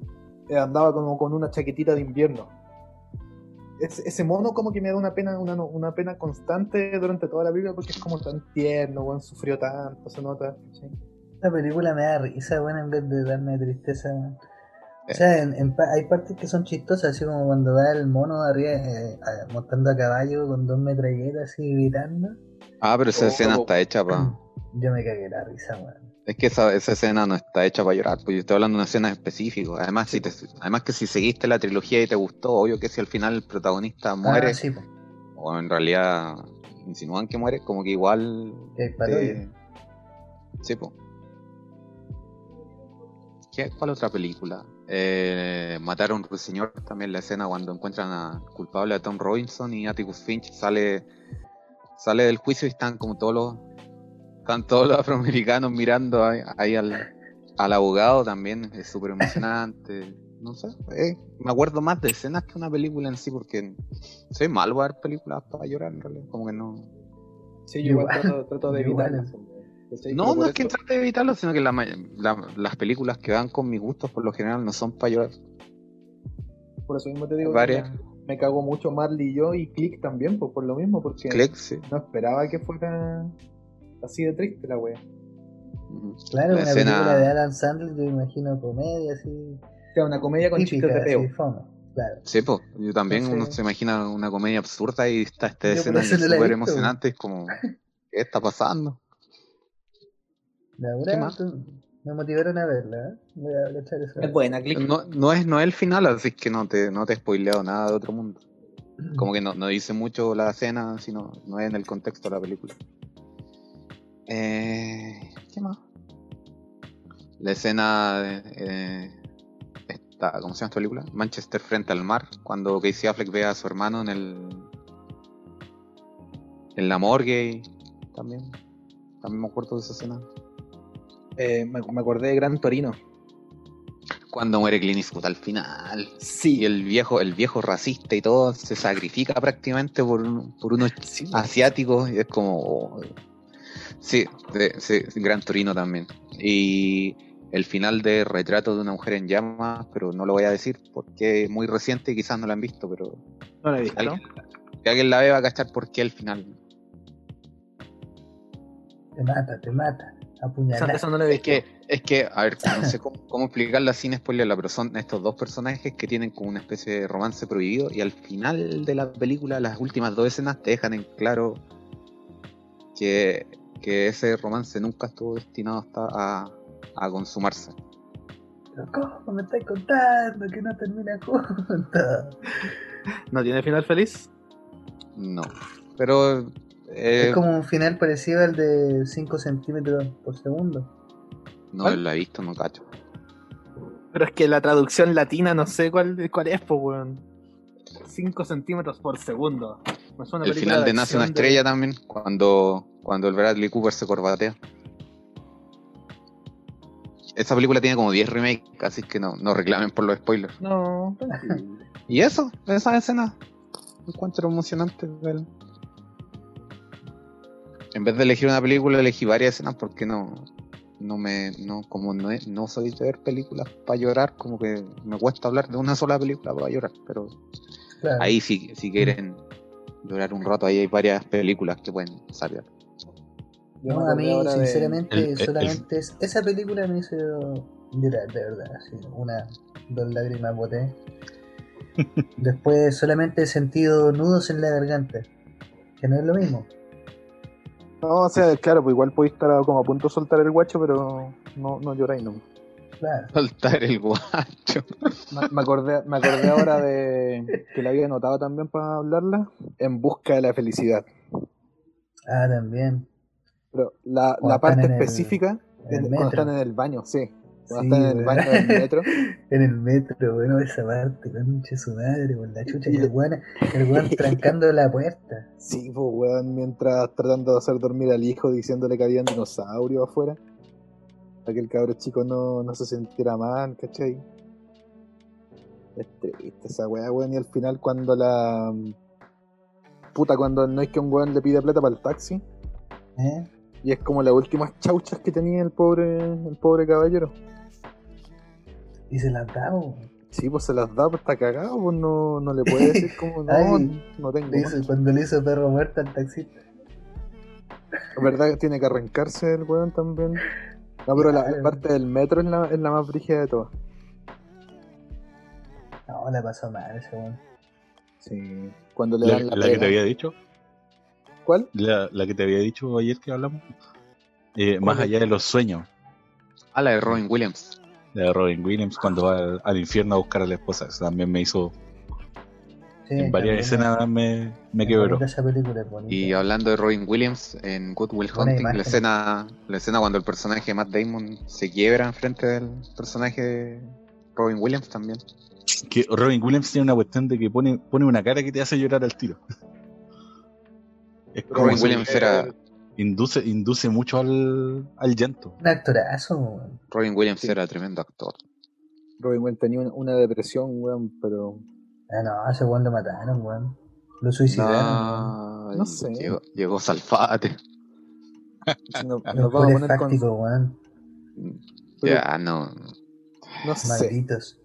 Eh, Andaba como con una chaquetita de invierno. Es- ese mono como que me da una pena, una, una pena constante durante toda la Biblia porque es como tan tierno, weón, sufrió tanto, se nota. ¿cachai?
Esta película me da risa, weón, en vez de darme tristeza, weón. O sea, en- en pa- hay partes que son chistosas, así como cuando va el mono arriba eh, a- montando a caballo con dos metralletas así gritando.
ah pero esa
Oh,
escena
como-
está hecha para
Yo me cagué la risa, weón.
es que esa, esa escena no está hecha para llorar pues yo estoy hablando de una escena específica además si te, además que si seguiste la trilogía y te gustó obvio que si al final el protagonista muere
Ah, sí, po,
o en realidad insinúan que muere, como que igual.
que hay parodia.
eh, Este, sí, po. ¿Qué- ¿Cuál otra película? Eh, Matar a un ruiseñor también la escena cuando encuentran a culpable a Tom Robinson y Atticus Finch sale sale del juicio y están como todos los están todos los afroamericanos mirando ahí, ahí al, al abogado también es súper emocionante no sé eh, me acuerdo más de escenas que una película en sí porque soy malo para ver películas para llorar en realidad como que no
Sí, yo igual
Igual.
trato, trato de
Yo *laughs* igual.
evitarlas. ¿cachai? Pero
No,
por
no es que
eso-
trate de evitarlo, sino que la may- la- las películas que van con mis gustos por lo general no son para llorar.
Por eso mismo te digo que
Varias.
me- me cago mucho Marley y yo y Click también, pues por lo mismo, porque
Click, sí.
no esperaba que fuera así de triste la wea.
Ujú.
Claro,
la
una
escena-
película de Alan Sandler, yo imagino comedia, así.
O sea, una comedia con
típica,
chistes de peo.
así, fome. Claro.
Sí, po. Yo también
No sé.
uno se imagina una comedia absurda y está esta
Yo por
escena que
eso
es
no la he
súper
visto.
emocionante, es como, ¿qué está pasando?
La
¿Qué
verdad,
más?
tú- me motivaron a verla, ¿eh? Voy a aprovechar eso.
Es buena, Click.
No, no es, no es el final, así que no te, no te he spoileado nada de otro mundo. Como que no, no dice mucho la escena, sino no es en el contexto de la película. Eh, ¿Qué más? La escena de eh, esta, ¿cómo se llama esta película? Manchester frente al mar, cuando Casey Affleck ve a su hermano en el en la morgue y también. También me acuerdo de esa escena.
Eh, me, me acordé de Gran Torino.
Cuando muere Clint Eastwood al final.
Sí,
Y el viejo, el viejo racista y todo se sacrifica prácticamente por, un- por unos
sí.
Ah,
asiáticos y es como oh, sí, de- sí, Gran Turino también y el final de Retrato de una mujer en llamas pero no lo voy a decir porque es muy reciente y quizás no lo han visto pero
No la he visto.
alguien, si alguien la ve va a cachar por qué el final
Te mata, te mata. Apuñalar.
Esa- esa no la he
Es
visto.
que, es que, a ver, no sé cómo, cómo explicarla sin spoilerla, pero son estos dos personajes que tienen como una especie de romance prohibido y al final de la película, las últimas dos escenas te dejan en claro que, que ese romance nunca estuvo destinado hasta a, a consumarse.
Pero ¿Cómo me estás contando que no termina juntos?
¿No tiene final feliz?
No. Pero eh,
Es como un final parecido al de 5 centímetros por segundo.
no la he visto, no cacho.
Pero es que la traducción latina no sé cuál, cuál es, pues, weón. 5 centímetros por segundo. Me suena a
El
película
final de
acción
Nace una estrella también, cuando, cuando el Bradley Cooper se corbatea. Esta película tiene como 10 remakes, así que no, no reclamen por los spoilers.
No,
Y eso, esa escena. Encuentro emocionante. del- En vez de elegir una película, elegí varias escenas porque no. No me. No, como no, es- no soy de ver películas para llorar, como que me cuesta hablar de una sola película para llorar. Pero
Claro.
ahí, si, si quieren llorar un rato, ahí hay varias películas que pueden salir. *laughs*
Yo me
No, a
acordé
mí,
ahora de-
sinceramente,
El- el-
solamente es- esa película me hizo llorar, de verdad. así, una, dos lágrimas boté.
*laughs*
Después solamente he sentido nudos en la garganta, que no es lo mismo.
No, o sea, claro, pues igual podéis estar como a punto de soltar el guacho, pero no, no lloráis no.
Claro.
Saltar el guacho.
Me, me acordé, me acordé ahora de que la había anotado también para hablarla, En Busca de la Felicidad.
Ah, también.
Pero la,
Cuando
la parte
están en el-
específica,
en el
es cuando
metro.
están en el baño, sí. Cuando
Sí,
están en el
weón.
baño del metro.
*laughs* En el metro, bueno, esa parte, conche su madre, con la chucha,
Y-
y el weón,
*laughs*
el weón trancando la puerta.
*laughs* Sí, pues, weón, mientras tratando de hacer dormir al hijo diciéndole que había un dinosaurio afuera. Para que el cabro chico no, no se sintiera mal, ¿cachai? Es triste esa weá, weón. Y al final cuando la... mm, Puta, cuando no es que un weón le pida plata para el taxi.
¿eh?
Y es como las últimas chauchas que tenía el pobre, el pobre caballero.
Y se la daba, weón.
Sí, pues se las da, pues está cagado, pues no, no le puede decir *laughs* como, no,
Ay,
no tengo.
Le
más.
hizo- Cuando le hizo perro muerto al taxista.
La verdad que tiene que arrancarse el weón también. No, pero la, la parte del metro es la, es la más brígida de todas.
No, la pasó mal ese weón.
Sí. Cuando le
La,
dan la,
la que
pega.
te había dicho,
¿Cuál?
la, la que te había dicho ayer que hablamos. Eh, más allá de los sueños,
A la de Robin Williams.
la de Robin Williams cuando va al, al infierno a buscar a la esposa. Eso también me hizo.
Sí,
en varias
también,
escenas me, me
es
quebró.
bonita Esa película es bonita.
Y hablando de Robin Williams, en Good Will
Buena
Hunting,
imagen.
la escena, la escena cuando el personaje de Matt Damon se quiebra enfrente del personaje de Robin Williams también.
Que Robin Williams tiene una cuestión de que pone, pone una cara que te hace llorar al tiro. *laughs* Es como
Robin
si-
Williams era,
induce, induce mucho al, al llanto.
Un actorazo, weón.
Robin Williams
Sí.
era tremendo actor.
Robin Williams tenía una, una depresión, weón, pero.
Ah, no, ese weón lo mataron, weón. Lo suicidaron.
No,
No sé.
Llegó, llegó Salfate. Ah,
si no-
Los
nos vamos a
pobres
poner con.
fácticos, weón.
Ya, no.
No sé,
Malditos.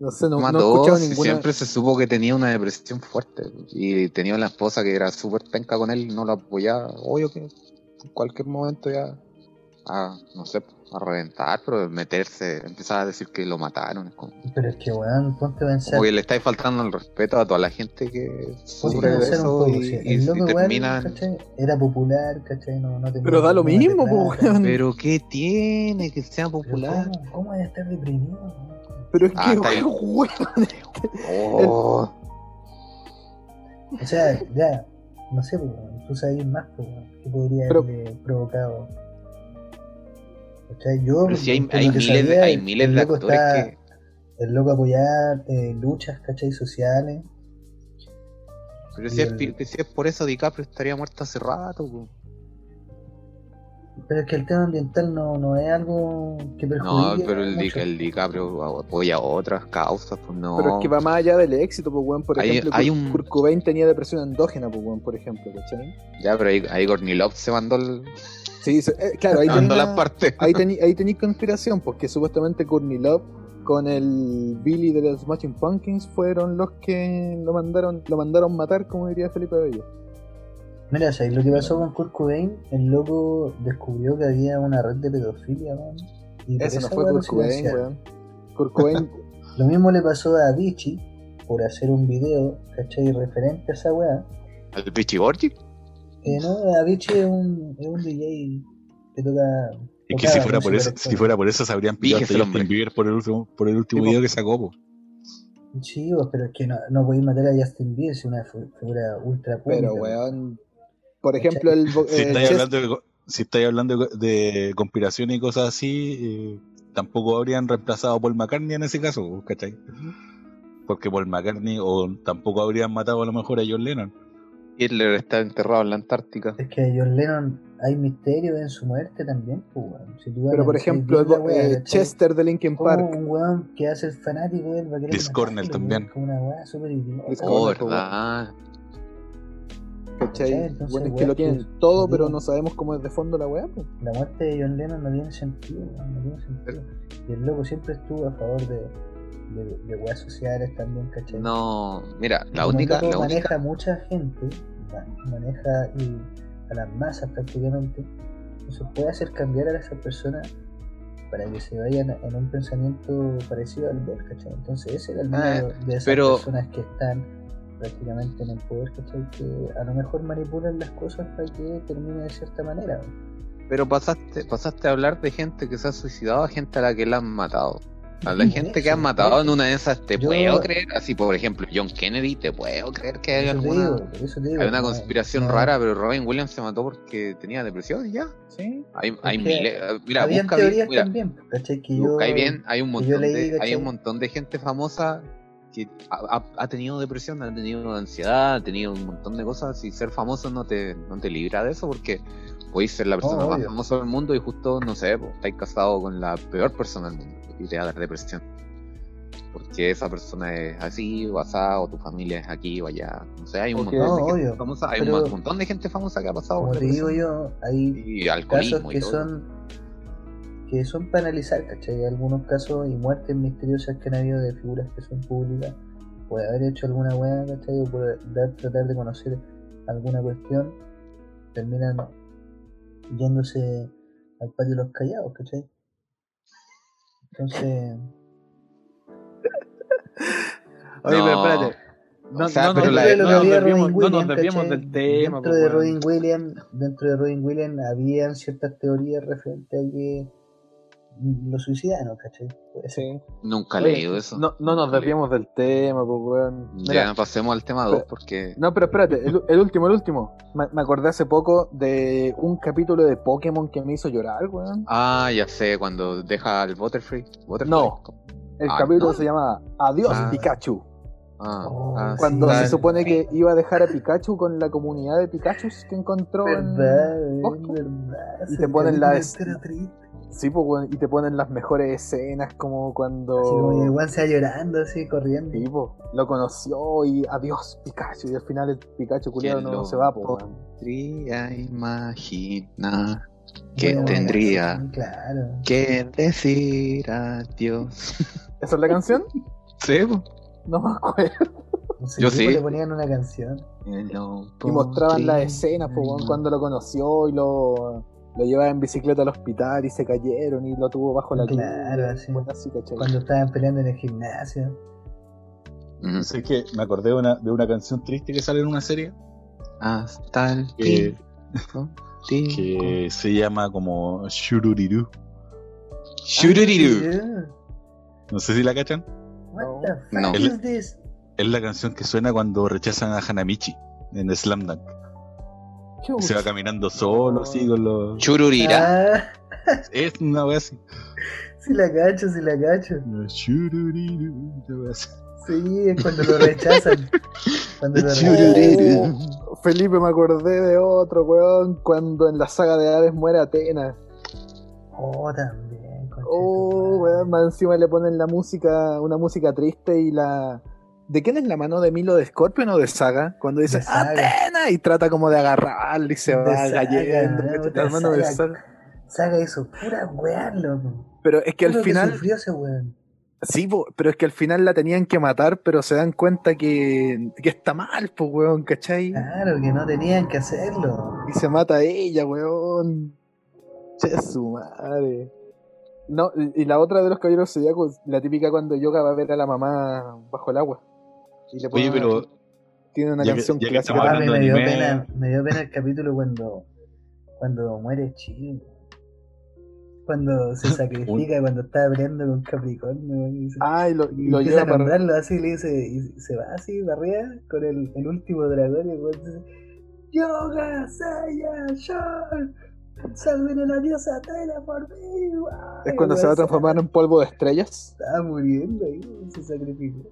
no sé, no, no he
Mató,
escuchado
si
ninguna.
Siempre se supo que tenía una depresión fuerte. Y tenía una esposa que era súper penca con él, no lo apoyaba. Obvio que en cualquier momento ya. A, no sé, a reventar, pero meterse. Empezaba a decir que lo mataron. Es como,
Pero es que, weón, ponte a pensar.
como que le estáis faltando el respeto a toda la gente que
Ponte a
sufre de
pensar un
eso
poco.
y,
si
y-
el
y
loco, weón,
terminan-
¿cachai? Era popular, ¿cachai? No, no tenía
Pero da lo
problemas de
mismo, pues,
plata.
weón.
Pero qué tiene que sea
Pero
popular.
¿Cómo, ¿Cómo hay que estar deprimido? weón?
Pero es
Ah,
que,
está bien.
weón,
Oh.
O sea, ya, no sé, pues, weón, tú sabías más, pues, weón, qué podría
Pero-
haberle provocado. ¿Cachai? Yo,
Pero si hay,
por
hay
lo que
miles, de-
sabía,
hay
el-
miles
el
de
loco
actores
está-
que.
El loco apoyar eh, luchas, ¿cachai? Sociales.
Pero si es,
el-
pi- que si es por eso, DiCaprio estaría muerto hace rato. po.
Pero es que el tema ambiental no, no es algo que perjudique.
No, pero el, Di-
mucho.
el DiCaprio apoya otras causas. Pues no.
Pero es que va más allá del éxito, pues, weón. Por
Hay-
ejemplo,
hay
Kurt-
un-
Kurt Cobain tenía depresión endógena, pues, weón, por ejemplo, ¿cachai?
Ya, pero ahí, ahí Gornilov se mandó, el-
Sí, se- eh, claro, ahí
se mandó
tenía-
la parte.
ahí tení, ahí tení conspiración, porque supuestamente Courtney Love con el Billy de los Smashing Pumpkins fueron los que lo mandaron, lo mandaron matar, como diría Felipe Bello.
Mira, ¿sabes lo que pasó con Kurt Cobain? El loco descubrió que había una red de pedofilia, weón. Y por
Eso no
esa
fue
weá lo
Kurt Cobain,
silenciaron.
weón. Kurt Cobain,
Lo mismo le pasó a Avicii por hacer un video, ¿cachai? Referente a esa weá.
¿Al Pichi Gorgi?
Eh, no, Avicii es un, es un DJ que toca.
Es que
tocaba
si fuera, por
música
eso,
electrónica.
si fuera por eso, se habrían pillado
Fíjese el
hasta
hombre.
Justin Bieber por el último, por el
Sí,
último
po.
video que sacó. po.
Sí, vos, pero es que no, no podéis matar a Justin Bieber, es una fu- figura ultra pública.
pero weón. Por ejemplo, el. bo-
Si
eh,
estáis
Chest-
hablando de, co- si estáis hablando de co- de conspiraciones y cosas así, eh, tampoco habrían reemplazado a Paul McCartney en ese caso, po, ¿cachai? Porque Paul McCartney o tampoco habrían matado a lo mejor a John Lennon.
Hitler está enterrado en la Antártica.
Es que John Lennon hay misterio en su muerte también, pues, weón. Si tú
Pero por
analizas
ejemplo, el
bien la
bo-
weá,
eh,
¿cachai? Oh,
Chester de Linkin
Como
Park.
un weón que hace el fanático del vaquero.
Chris Cornell también.
Como una weá súper idiota.
Chris
Oh,
Correcto,
verdad.
¿Cachai?
¿Cachai? Entonces,
bueno, es que
weón,
lo
pues,
tienen todo,
te
pero
digo.
no sabemos cómo es de fondo la weá. pues.
La muerte de John Lennon no tiene sentido, weón, no tiene sentido. Y el loco siempre estuvo a favor de, de, de weas sociales también, ¿cachai?
No, mira, la
Como el
única,
loco
la
maneja
única.
mucha gente, ma- maneja y a las masas prácticamente, entonces puede hacer cambiar a esas personas para que se vayan en un pensamiento parecido al del, ¿cachai? Entonces ese era el
Ah,
miedo de esas
pero-
personas que están prácticamente en el poder, ¿cachai? Que a lo mejor manipulan las cosas para que termine de cierta manera. ¿no?
Pero pasaste, pasaste a hablar de gente que se ha suicidado a gente a la que la han matado. A la
Sí,
gente
por
que
eso,
han matado en
por
una de esas, te
Yo-
puedo creer. Así, por ejemplo, John Kennedy, te puedo creer que hay
Eso te
alguna.
digo, por eso te digo,
Hay una
no-
conspiración
no-
rara, pero Robin Williams se mató porque tenía depresión y ya.
Sí.
Hay, hay
que
miles. Mira,
Habían
busca
teorías
bien, mira,
también, ¿cachai? Que yo,
busca bien. Hay un
que yo
montón,
leí,
de, hay
¿cachai?
un montón de gente famosa que ha, ha- ha tenido depresión, ha tenido ansiedad, ha tenido un montón de cosas. Y ser famoso no te, no te libra de eso porque podéis ser la persona más
obvio.
famosa del mundo y justo, no sé, pues, estáis casado con la peor persona del mundo y te va a dar depresión. Porque esa persona es así, o asá, o tu familia es aquí o allá. No sé, hay un
Ok.
montón de
No,
gente
obvio,
famosa. Hay
pero-
un montón de gente famosa que ha pasado
como
por
te digo
depresión
yo, hay
y
casos
alcoholismo y
que
todo.
son que son para analizar, ¿cachai? Algunos casos y muertes misteriosas que han habido de figuras que son públicas, por haber hecho alguna weá, ¿cachai? O por dar- tratar de conocer alguna cuestión, terminan yéndose al patio de los callados, ¿cachai? Entonces,
Oye, pero
No.
espérate. No,
O sea,
no,
pero
no,
dentro
la-
de lo
no
que
nos
había
desviemos,
Robin
no nos
Williams,
desviemos
¿cachai?
del tema.
Dentro
pues,
de
weón.
Robin Williams, dentro de Robin Williams habían ciertas teorías referente a que los suicidaron, ¿cachai? Puede
Sí.
ser.
Nunca he
Oye,
leído eso.
No, no nos
Nunca he
desviemos del tema, pues, weón.
leído.
Mira,
ya, pasemos al tema 2
Pero-
porque...
No, pero espérate, el, el último, el último. Me, me acordé hace poco de un capítulo de Pokémon que me hizo llorar, weón.
Ah, ya sé, cuando deja al Butterfree. Butterfree.
No. El
Ah,
capítulo
no.
se llamaba Adiós
Ah.
Pikachu.
Ah,
Oh,
ah,
Cuando
sí,
se
está-
supone que iba a dejar a Pikachu con la comunidad de Pikachu que encontró en-
Verdad,
Ok.
es verdad.
Y
ese
te ponen la
capítulo
es-
entero triste.
Sí, pues, weón, y te ponen las mejores escenas como cuando...
Así como que el weón se va llorando, así corriendo.
Sí, po, lo conoció y adiós Pikachu. Y al final el Pikachu culiado
Qué
no
loco.
se va, po, weón.
Podría imaginar que
Bueno,
tendría
Claro.
que decir adiós.
¿Esa es la canción?
Sí, po.
No me acuerdo.
No sé,
Yo
tipo,
sí.
Le ponían una canción.
No
Y mostraban las
podría
escenas, po, weón,
imaginar.
cuando lo conoció y lo, lo llevaba en bicicleta al hospital y se cayeron y lo tuvo bajo la
Claro, así.
Bueno, así, ¿cachai?
Cuando estaban peleando en el gimnasio.
Mm.
Sé que me acordé de una, de una canción triste que sale en una serie
Hasta el
que,
fin.
que se llama como Shururiru.
Shururiru.
Ah,
No sé si la cachan.
What the fuck
No.
is this?
Es la canción que suena cuando rechazan a Hanamichi en Slam Dunk.
Chuch.
Se va caminando solo, así con los.
Chururira.
Ah, *laughs*
Es una wea así.
si la cacho, si la cacho.
Shururiru, una wea así.
Sí, es cuando lo rechazan. cuando lo rechazan.
Shururiru.
Felipe, me acordé de otro, weón, cuando en la saga de Hades muere Atena.
Oh, también. conchetumare.
Oh, weón, más encima le ponen la música, una música triste y la... ¿De quién es la mano de Milo? ¿De Scorpion o de Saga? Cuando dice
De Saga.
¡Atena! y trata como de agarrarle y se
De
va
Saga,
cayendo.
¿no?
¿cachai?
De
La mano de
Saga.
Saga.
Saga hizo pura weón, loco.
Pero es que al
Puro
final
sufrió ese weón.
Sí, po, pero es que al final la tenían que matar, pero se dan cuenta que, que está mal, pues, weón, ¿cachai?
Claro, que no tenían que hacerlo.
Y se mata ella, weón. Che, su madre.
No, y y la otra de los caballeros zodiacos, la típica cuando Yoga va a ver a la mamá bajo el agua. Y le
Oye,
ponen-
pero
Tiene una
ya que-
canción
ya que
clásica.
estamos
Ah, me,
hablando de
dio
anime.
pena, me dio pena el capítulo cuando, cuando muere Chill. Cuando
*laughs*
se sacrifica, cuando está peleando con Capricornio. Y se-
Ah, y lo, y
y
lo
empieza
lleva
a
para
nombrarlo así, le dice, y se va así, barría, con el, el último dragón, y el weón dice, Yoga, Saya, Sean, salven a la diosa Tela por mí. guau".
Es cuando se va a transformar en polvo de estrellas.
Estaba muriendo ahí, se sacrificó.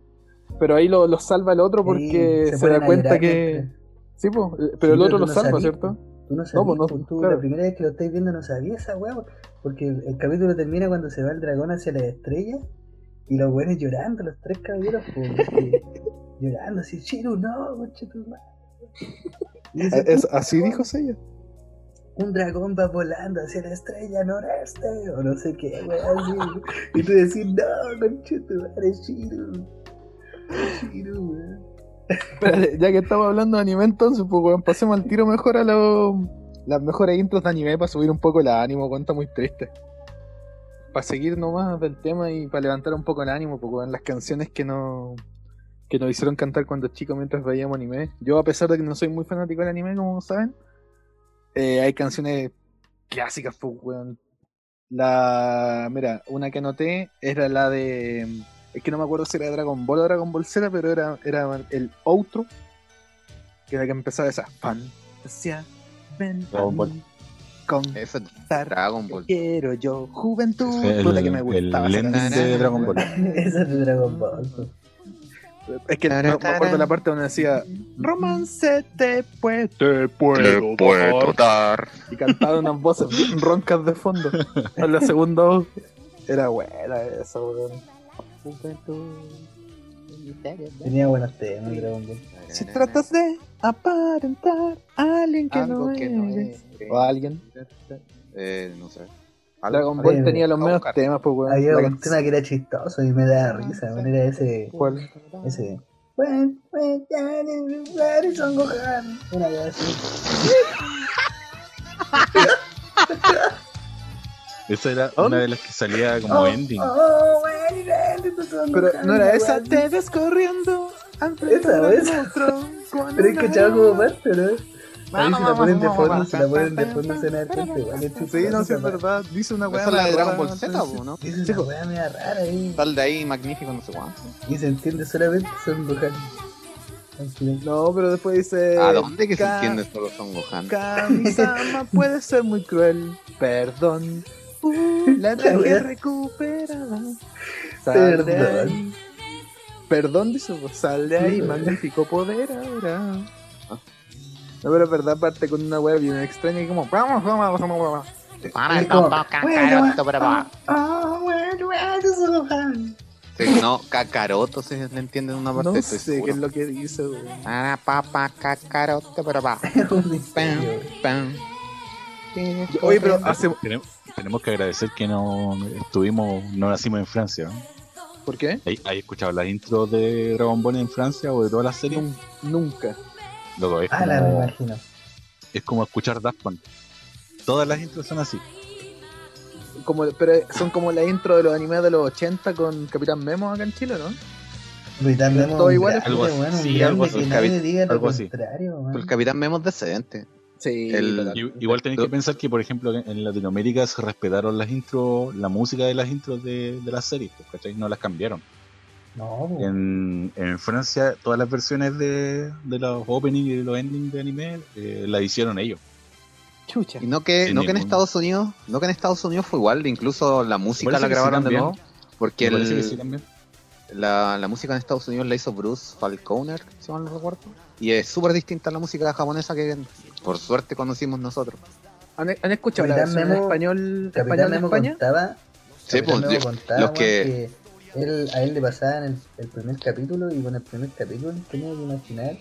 Pero ahí lo, lo salva el otro porque se,
Sí, ponen
da
a
cuenta
llorar
que.
mientras-
Sí, po, eh, pero el
Sí,
otro
tú
lo
no
salva,
sabís,
¿cierto?
Tú no sabías,
pues no,
pues, tú
claro.
la primera vez que lo estáis viendo no sabías esa weá, pues, porque el, el capítulo termina cuando se va el dragón hacia las estrellas y los buenos llorando, los tres caballeros, pues,
*laughs*
porque- llorando así, Chiru, no, concha tu madre". Y dice,
Eh, Es- así dijo ella.
un dragón va volando hacia la estrella noreste, o no sé qué, weá, así. Y tú decís, no, concha tu madre, Chiru. Chiru, weá.
Espérate, ya que estamos hablando de anime, entonces, pues, weón, pasemos al tiro mejor a los las mejores intros de anime para subir un poco el ánimo, weón, está muy triste. Para seguir nomás del tema y para levantar un poco el ánimo, pues, weón, las canciones que no que nos hicieron cantar cuando chicos mientras veíamos anime. Yo, a pesar de que no soy muy fanático del anime, como saben, eh, hay canciones clásicas, pues, weón. La. Mira, una que anoté era la de. Es que no me acuerdo si era Dragon Ball o Dragon Ball Z, pero era, era el outro. Que era que empezaba esa. Fantasía, ven a
Dragon Ball. Eh,
mí, con
Eso es
Tar-
Dragon Ball.
quiero yo, juventud.
es el,
Puta que me
el
gustaba. esa
Lenden
canción,
de Dragon Ball.
weón.
*laughs* Eso es de Dragon Ball. pues.
Es que no, me acuerdo la parte donde decía Romance te puede, te puedo dar".
dar.
Y cantaba unas voces bien roncas de fondo. En la segunda voz. Era buena esa, weón.
Tenía buenos temas, Dragon Ball.
Si tratas de aparentar a alguien que
Algo
no
que no
eres.
eres.
O a alguien.
Eh, no sé. Algo-
Dragon Ball
Oye,
tenía los
a
menos
buscar.
temas, pues, weón.
Había
La
un
canción-
tema que era chistoso y me daba risa, bueno, era ese,
¿Cuál?
ese. When- when down in the valley, Son Gohan. Una cosa así.
Esa era una de las que salía como
Oh,
ending.
oh, when it ended, Son
Pero
Gohan,
no era
una
esa,
cosa
te ves corriendo.
Esa, esa. *laughs* Pero es que ¿eh? chaval como parte, ¿no? A mí si la ponen de fondo, si la ponen de fondo suena bastante igual. es
Sí, no, sí,
chistosa,
es verdad. Dice una
Esa
weá.
es la de
rara.
Dragon Ball Z, ¿o ¿no?
¿no? Es una weá media rara eh. ahí.
Tal de ahí, magnífico, no sé cuánto.
Y se entiende solamente Son Gohan. Al final.
No, pero después dice.
¿A dónde que se
ca-
entiende solo Son Gohan?
*laughs* Kamisama puede ser muy cruel. Perdón. Uh, la energía
wea.
recuperada. Sal de
Perdón.
ahí. Perdón, dice. pues, Sal de ahí,
Sí, wea.
magnífico poder ahora. Ah. No, pero es verdad, parte con una web bien extraña y como. Vamos, vamos, vamos, vamos.
Es como, bueno, ah, ah, bueno, bueno, Son Gohan.
*laughs*
Sí, No, Kakaroto se le entiende en una parte.
No
estoy
sé qué
seguro.
es lo que dice, wea.
Para papá, cacarote, pero va.
Un misterio.
Pam.
Oye, pero hace.
Tenem- Tenemos que agradecer que no estuvimos, no nacimos en Francia. ¿no?
¿Por qué?
¿Hay, hay escuchado las intros de Dragon Ball en Francia o de todas las series?
Nun- Nunca.
Loco, es,
Ah, la me
como,
imagino.
es como escuchar Daft Punk. Todas las intros son así.
Como, pero son como la intro de los animes de los 80 con Capitán Memo acá en Chile, ¿no?
Britan
Pero
Memo
todo
un
igual,
grande,
algo así,
bueno, un
sí,
grande
algo así,
que
el
nadie
cabi-
diga lo
algo así.
contrario, man.
El capitán Memo es decente.
Sí,
El-
total.
I- Igual tenéis que pensar que, por ejemplo, en Latinoamérica se respetaron las intros, la música de las intros de, de las series, pues, ¿cachai? No las cambiaron.
No, po.
En, en Francia, todas las versiones de, de los openings y de los endings de anime eh, las hicieron ellos.
Chucha.
Y no que,
En
no que en
ningún-
Estados Unidos, no que en Estados Unidos fue igual, incluso la música
Parece
la
que sí
grabaron de
también.
nuevo. Porque
Me parece
el-
que sí también.
la, la música en Estados Unidos la hizo Bruce Falconer, si mal no recuerdo. Y es súper distinta a la música japonesa que por suerte conocimos nosotros.
¿Han, han escuchado la
Capitán
versión en
Memo-
español,
Capitán
español de
Memo
España?
contaba,
Sí,
Capitán
pues,
Memo
yo-
contaba,
los
man,
que-
que él, a él le pasaban el, el primer capítulo y con el primer capítulo tenía que imaginar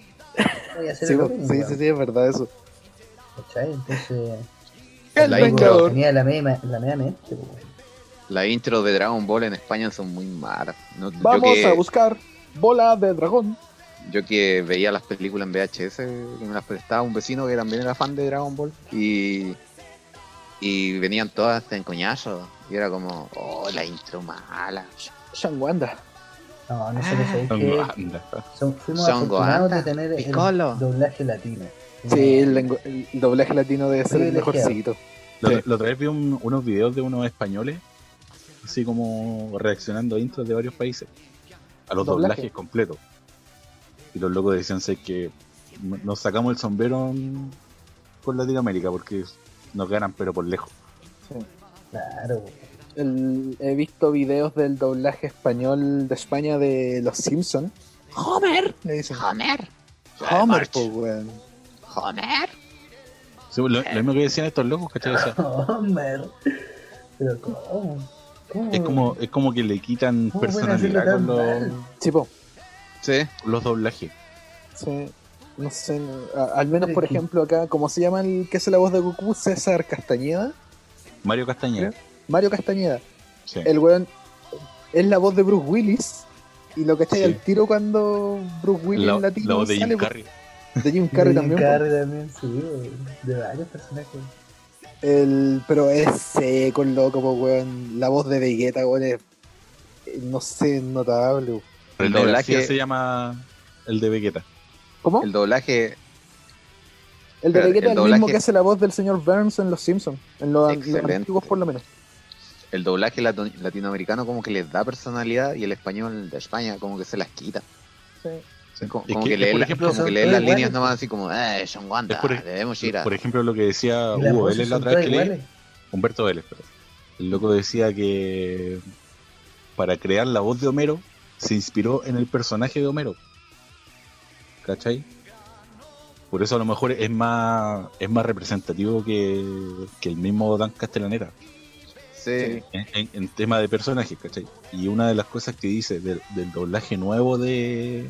cómo iba a ser
Sí,
el
po,
opening,
sí,
weón,
sí, sí, es verdad eso.
¿cachai? Entonces,
El
La
el tipo
Vengador.
tenía la media, ma- la media mente, pues, po, weón.
Las intros de Dragon Ball en España son muy malas. No-
Vamos
yo, que,
a buscar bola de dragón.
yo que veía las películas en VHS, que me las prestaba un vecino que también era fan de Dragon Ball, y, y venían todas en coñazo. Y era como, oh, la intro mala.
Shangwanda.
No, nosotros sabéis
Ah.
que
Anda.
son- fuimos
Son
afortunados de
Goata,
tener el
Piccolo.
doblaje latino.
Sí, el, lengu- el doblaje latino debe ser el
Privilegiado.
mejorcito.
La
Sí.
otra- la otra vez vi un- unos videos de unos españoles, así como reaccionando a intros de varios países, a los
Doblaje.
doblajes completos. Y los locos decían "Sé que m- nos sacamos el sombrero mm, por Latinoamérica porque nos ganan, pero por lejos.
Claro,
El- he visto videos del doblaje español de España de Los Simpsons. ¡Homer! Le dicen.
Homer,
¡Homer, po, weón!
Homer.
Sí, lo, lo mismo que decían estos locos, ¿cachai? O sea,
Homer. Pero ¿cómo? ¿Cómo?
es, como, es como que le quitan
¿Cómo pueden hacerlo
personalidad
tan
con los,
mal?
Sí, po.
Sí,
con los doblajes.
Sí. No sé, no- a- al menos
Hombre,
por
que-
ejemplo acá, ¿cómo se llama el que hace la voz de Goku? César Castañeda.
Mario
¿Eh?
Castañeda.
Mario Castañeda.
sí.
El weón es la voz de Bruce Willis. Y lo que está
Sí.
al tiro cuando Bruce Willis
La,
latino
la voz de
sale,
Jim
po.
Carrey.
De Jim
De
Carrey
Jim
también. po.
Carrey también, sí, güey. de varios personajes.
El, pero es seco, el loco, po, weón. La voz de Vegeta, weón, es, eh, no sé, notable. weón.
El
doblaje-
doblaje se llama el de Vegeta.
¿Cómo?
el
El,
doblaje
de
pero el
Vegeta es el mismo
doblaje-
que hace la voz del señor Burns en Los Simpsons. En los, los
Excelente.
antiguos, por lo menos.
el doblaje lato- latinoamericano como que les da personalidad y el español de España como que se las quita.
Sí.
Como,
Es
como
que-
que
es
leen
por
la-
ejemplo,
como que
son
leen
todos
las
iguales.
líneas nomás así como, eh, son Wanda,
Es por ej-
debemos ir a...
Por e-". ejemplo, lo que
Ah,
decía
Y las
Hugo
voces
Vélez la
son
otra vez
todas
que leí,
iguales.
Humberto Vélez, perdón. El loco decía que para crear la voz de Homero se inspiró en el personaje de Homero. ¿Cachai? Por eso a lo mejor es más es más representativo que, que el mismo Dan Castellaneta
Sí.
en, en- en tema de personajes, ¿cachai? Y una de las cosas que dice del, del doblaje nuevo de,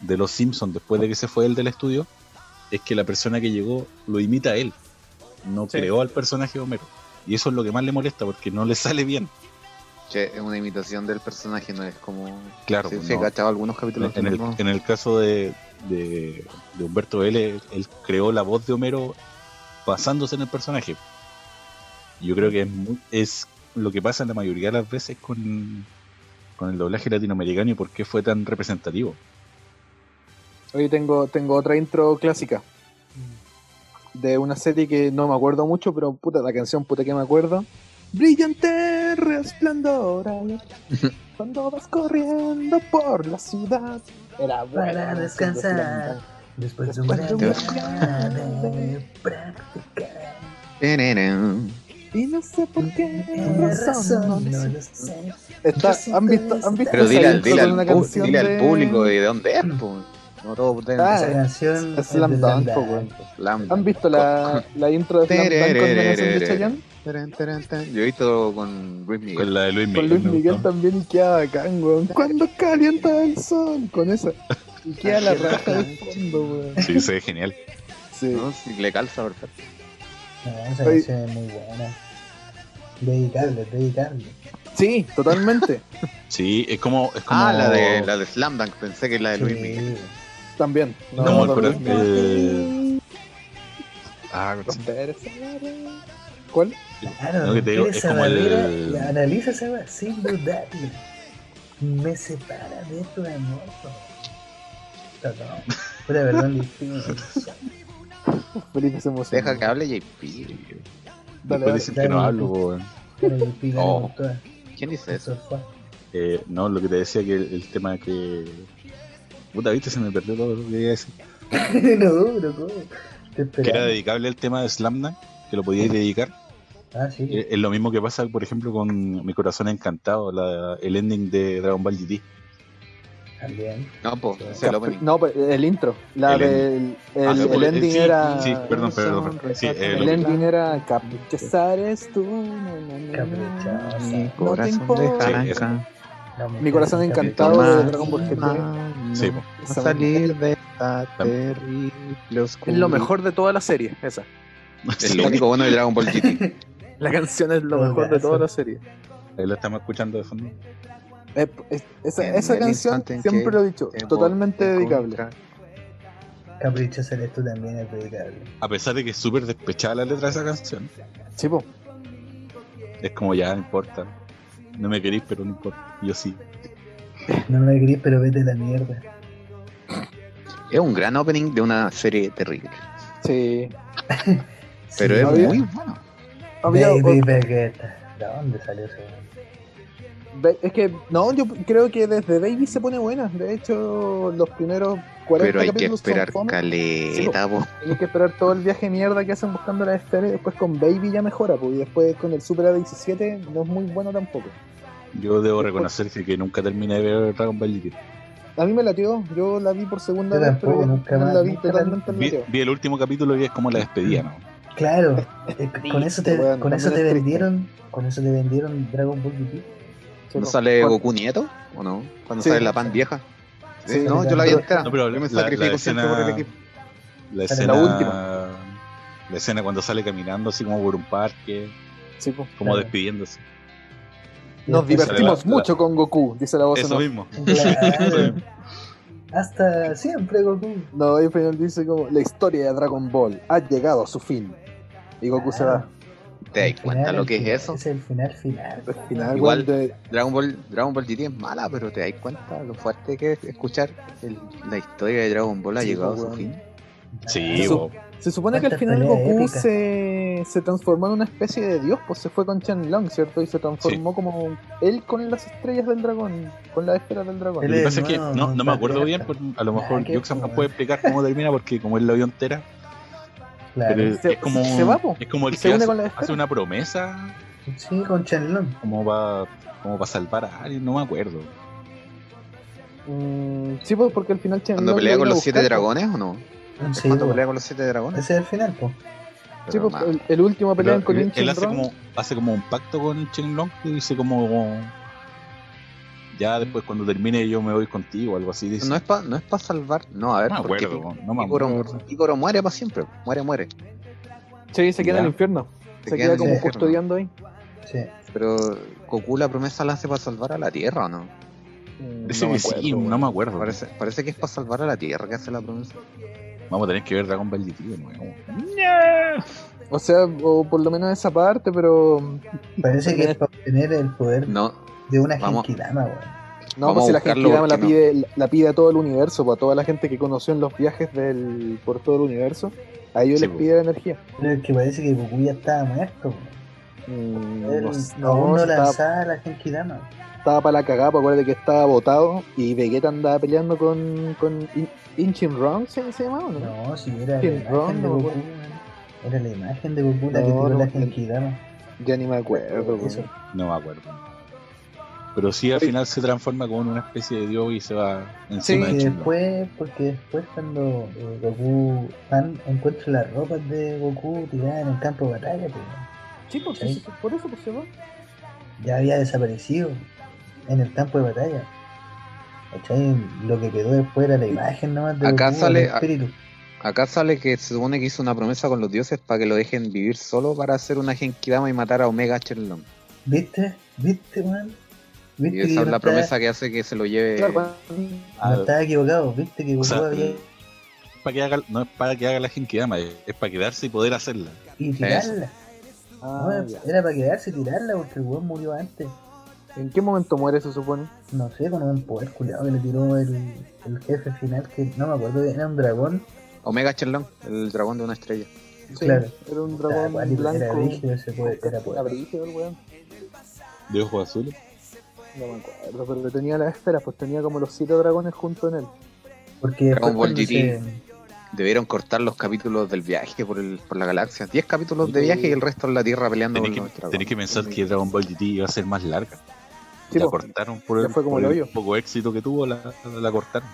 de Los Simpsons después de que se fue él del estudio es que la persona que llegó lo imita a él, no
Sí.
creó al personaje de Homero. Y eso es lo que más le molesta porque no le sale bien.
Che, es una imitación del personaje, no es como...
Claro, pues
Sí,
no.
sí, he cachado algunos capítulos.
en, el,
pues ¿no?
en el caso de, de- de Humberto L, él creó la voz de Homero basándose en el personaje. Yo creo que es, muy- es lo que pasa en la mayoría de las veces con, con el doblaje latinoamericano y por qué fue tan representativo.
Hoy tengo, tengo otra intro clásica. De una serie que no me acuerdo mucho, pero puta, la canción puta que me acuerdo. Brillante resplandora. cuando vas corriendo por la ciudad. Era buena.
Para
canción de
descansar. Después de un
Después de
gran
un
día de
gran-
práctica.
Tenenen.
Slam Dunk. Y no sé por qué
Tiene
razón.
razón,
no
no
le-
lo sé.
Está- ¿Han visto, han visto
Pero
esa
dile, al,
intro
dile,
con
al,
una
pub-
canción
dile al
de-
público de dónde es, po. No todo tienen
Ah,
Esa canción
es Slam
de
Dunk, po, weón.
Slam Dunk.
¿Han visto la, la intro de Slam Dunk con la canción de Chayanne?
Tarán, tarán, tarán. Yo he visto con Luis
Con
Miguel.
la de Luis Miguel.
Con Luis
me
Miguel
gustó.
también y queda bacán, weón. Cuando calienta el sol, con esa. Y queda la raja de fondo, weón.
Sí, se ve genial.
Sí.
No, si le calza, ¿verdad?
No, esa
Oye.
canción es muy buena. Dedicable, dedicable.
Sí, totalmente.
Sí, es como. Es como
Ah, la de, la de Slam Dunk. Pensé
Ah,
que la de Luis
Sí.
Miguel.
También. No,
como el
no,
cora-
no.
eh, ah, sí.
¿Cuál?
Claro,
No, que te digo,
quiere
es
esa
como el-
barrera y analiza esa barrera sin dudarlo. Me separa de tu amor. Perdón. Pura perdón, distinto.
Felipe se emocionó.
Deja que hable JP.
Dale,
Después dicen
dale.
que no hablo, weón. *laughs*
Pero el pico
Oh.
con toda.
¿Quién dice eso?
Eso fue. *laughs*
Eh, no, lo que te decía que el, el tema que. Puta, viste, se me perdió todo lo que quería decir.
no, pero ¿cómo? Te
Que era
esperaba.
dedicable el tema de Slam Dunk, que lo podíais dedicar.
Ah, sí.
Eh, Es lo mismo que pasa, por ejemplo, con Mi Corazón Encantado, la- el ending de Dragon Dall GT.
También.
No, po, es el
Cap-
opening.
No, pero el intro. La
El
del. El,
Ah, sí,
el
porque-
ending
sí,
era.
sí, perdón, perdón, perdón. Sí, eh,
el
lo-
ending era Caprichazar es tú. na, na, na,
Caprichosa.
na.
Mi
No te importa.
jarana. Sí, eso.
No, me
Mi corazón
encanta.
encantado de Dragon Ball GT.
Sí,
Esa-
de esta terrible
Es lo mejor de toda la serie, esa.
Es lo único bueno de Dragon Ball GT.
La canción es lo mejor de toda la serie.
Ahí lo estamos escuchando de fondo.
Eh, es- esa
En
esa
el
canción,
instante en
siempre
que
lo he dicho,
te
totalmente
voy a
dedicable.
encontrar.
Capricho Celeste también es dedicable.
A pesar de que es súper despechada la letra de esa canción,
Sí, po.
es como ya, no importa. No me queréis, pero no importa. Yo sí.
No me gris, pero vete a la mierda.
Es un gran opening de una serie terrible.
Sí.
Pero
Sí,
es
había-
muy bueno.
Había
Baby
o-
Vegeta. ¿De dónde salió ese? weón?
ve- es que, no, yo creo que desde Baby se pone buena. De hecho, los primeros 40
Pero hay que
capítulos son
esperar
fome.
caleta, vos.
Tienes que esperar todo el viaje de mierda que hacen buscando la esferas y después con Baby ya mejora, pues, y después con el Super A17 no es muy bueno tampoco.
Yo debo reconocer que, que nunca terminé de ver Dragon Ball Z.
A mí me latió, yo la vi por segunda
Yo
vez,
tampoco,
pero ya
nunca más,
la vi
nunca la
totalmente
Vi,
latió.
vi el último capítulo y es como la despedida, ¿no?
Claro, eh, con eso te,
weón,
con
también
eso te
es triste.
vendieron, con eso te vendieron Dragon Ball GT.
Sí,
¿No
po.
sale
Bueno,
Goku Nieto? ¿O no? Cuando
Sí.
sale la pan vieja.
Sí.
no, yo la vi
Pero-
entera.
No, pero
Ah, yo me
la- la
sacrifico siempre
escena-
por el equipo.
La
Sale
escena.
la
La escena cuando sale caminando así como por un parque,
sí, po.
como
Claro.
despidiéndose.
Nos
Y después- *laughs*
divertimos
sale la-
mucho con Goku, dice la voz. en
Eso
off.
mismo.
Claro. Hasta siempre, Goku.
No, y al final dice como, la historia de Dragon Ball ha llegado a su fin. Y Goku se va.
¿Te das
El
cuenta
final,
lo
el
que es
final,
eso?
Es el final final. pues,
Al final,
Igual-
weón, de-
Dragon Ball, Dragon Ball GT es mala, pero te das cuenta lo fuerte que es escuchar el- la historia de Dragon Ball ha
Sí,
llegado a
pues,
su
weón.
fin.
Sí,
Eso-
bo.
se supone que al
¿Cuántas
final
peleas
Goku
épicas?
se, se transformó en una especie de dios, pues se fue con Chen Long, ¿cierto? Y se transformó como él con las estrellas del dragón, con las esferas del dragón.
Lo
Él
que
es
pasa es que
nuevo,
no, no me acuerdo bien,
patriarca.
pero a lo
Ah,
mejor
qué
Yuxan nos
bueno.
puede explicar cómo termina, porque como él la vio entera,
Claro.
pero
Se-
es como,
se va, po.
es como el
Se
que
une
hace,
con la esfera.
hace una promesa
Sí, con Chenlong.
como va como para salvar a alguien, no me acuerdo.
Mm, sí, pues porque al final Chen
Cuando
Long
pelea
lo
con
iba a
los siete
buscar, pues.
dragones o no? ¿Es
Sí,
cuando
po.
pelea con los siete dragones?
Ese es el final, po.
pues. Sí,
Pero
pues,
ma-
el, el último pelea
Pero
en Colin
él, eh, él hace
Chen Long.
como, hace como un pacto con Chenlong y dice como ya después cuando termine yo me voy contigo, algo así dice.
no es para no es pa salvar. No, a ver,
No me
porque
acuerdo, no me acuerdo.
Picoro, Picoro muere para siempre. Muere, muere.
Sí, se queda
Ya.
en el infierno.
Se
Se
queda en
queda
el
como
infierno.
custodiando ahí.
Sí.
Pero Goku la promesa la hace para salvar a la Tierra, ¿o no?
Mm,
Dice
no me
que *laughs* sí,
acuerdo,
no
weón.
me acuerdo.
Parece, parece que es para salvar a la Tierra que hace la promesa.
Vamos a tener que ver Dragon Ball GT de nuevo.
O sea, o por lo menos esa parte, pero.
Parece que es para obtener el poder
No,
de una
Vamos.
Genkidama, weón.
No, pues
Vamos a
si la
buscarlo
gente la
porque no.
pide, la pide a todo el universo, pues, a toda la gente que conoció en los viajes del, por todo el universo, a ellos
Sí,
les
pues.
pide la energía.
Pero es que parece que Goku ya estaba muerto. weón.
Mm,
Él
no,
aún no
si estaba,
lanzaba la Genkidama.
estaba para la cagada, pues, acuérdate que estaba botado y Vegeta andaba peleando con, con In- Inchinron, ¿se, se llamaba? o no?
No, si era la
Shin
imagen
Ron, no
de
me
Goku.
acuerdo.
weón. Era la imagen de Goku la que
No,
tiró
no me
la
acuerdo.
Genkidama.
Ya ni me acuerdo. pues.
Eso.
No me acuerdo. Pero sí, al final se transforma como en una especie de dios y se va encima
Sí,
de
Porque
Chenlong.
después, porque después cuando eh, Goku Pan encuentra las ropas de Goku tiradas en el campo de batalla, pues,
Sí, pues,
Sí.
sí, sí, por eso pues, se va.
ya había desaparecido en el campo de batalla. ¿Cachai? Lo que quedó después era la imagen nomás de
Acá
Goku,
sale-
el espíritu.
Acá sale que se supone que hizo una promesa con los dioses para que lo dejen vivir solo para hacer una Genkidama y matar a Omega Shenlong.
¿Viste? ¿Viste, man?
Y
¿Viste
esa
yo
es
no
la
estaba-
promesa que hace que se lo lleve.
Claro, cuando-
No estaba equivocado, viste que Goku
sea,
había
para que haga, no es para que haga la Genkidama, es para quedarse y poder hacerla.
y tirarla. No,
Ah, ya.
era para quedarse y tirarla porque el weón murió antes.
¿En qué momento muere, se supone?
no sé, con un poder culiado que le tiró el, el jefe final, que no me acuerdo, era un dragón.
Omega Shenlong, el dragón de una estrella.
Sí,
Claro.
Era un
Puta,
dragón
cuático, Era
blanco.
brígido ese poder, era
Era
poder.
brígido el weón.
De ojos azules.
No me acuerdo, pero tenía las esferas, pues tenía como los siete dragones junto en él.
Porque después
Dragon Ball
cuando
GT.
se-
Debieron cortar los capítulos del viaje por, el, por la galaxia. 10 capítulos de
Sí.
viaje y el resto en la Tierra peleando
Tenéis
con
que,
los dragones.
tenés que pensar que Dragon Ball GT iba a ser más larga.
Sí,
la
pues,
cortaron por
ya
el,
fue como
por
el
el
hoyo.
poco éxito que tuvo, la, la cortaron.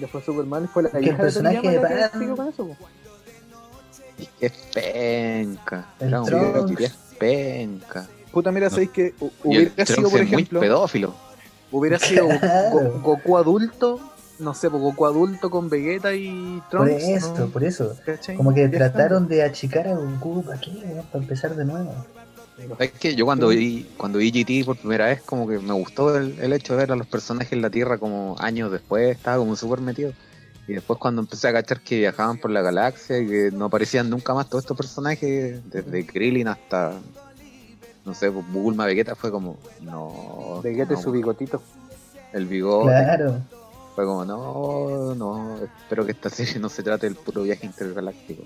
le fue súper mal y fue la
el
hija de
personaje
Toriyama
de
la que
Pan-
siguió con eso. pues. po.
Es penca.
El
Dragon Ball
Trunks.
GT es penca.
Puta, mira,
No.
sabéis que hu-
Y el
hubiera sido,
Trunks
por
es muy
ejemplo,
*laughs*
pedófilo.
hubiera sido Go-
Claro.
Goku adulto no sé, po, Goku adulto con Vegeta y
Por
Trunks.
esto,
¿no?
por eso.
¿Cachai?
Como
Ya
que trataron de achicar a Goku para qué, weón? para empezar de nuevo.
Es que yo cuando vi cuando vi GT por primera vez, como que me gustó el, el hecho de ver a los personajes en la Tierra como años después, estaba como súper metido. Y después cuando empecé a cachar que viajaban por la galaxia y que no aparecían nunca más todos estos personajes, desde Krillin hasta, no sé, Bulma, Vegeta, fue como, no...
Vegeta y
no,
su bigotito.
El bigote.
Claro.
Fue como, no, no, espero que esta serie no se trate del puro viaje intergaláctico.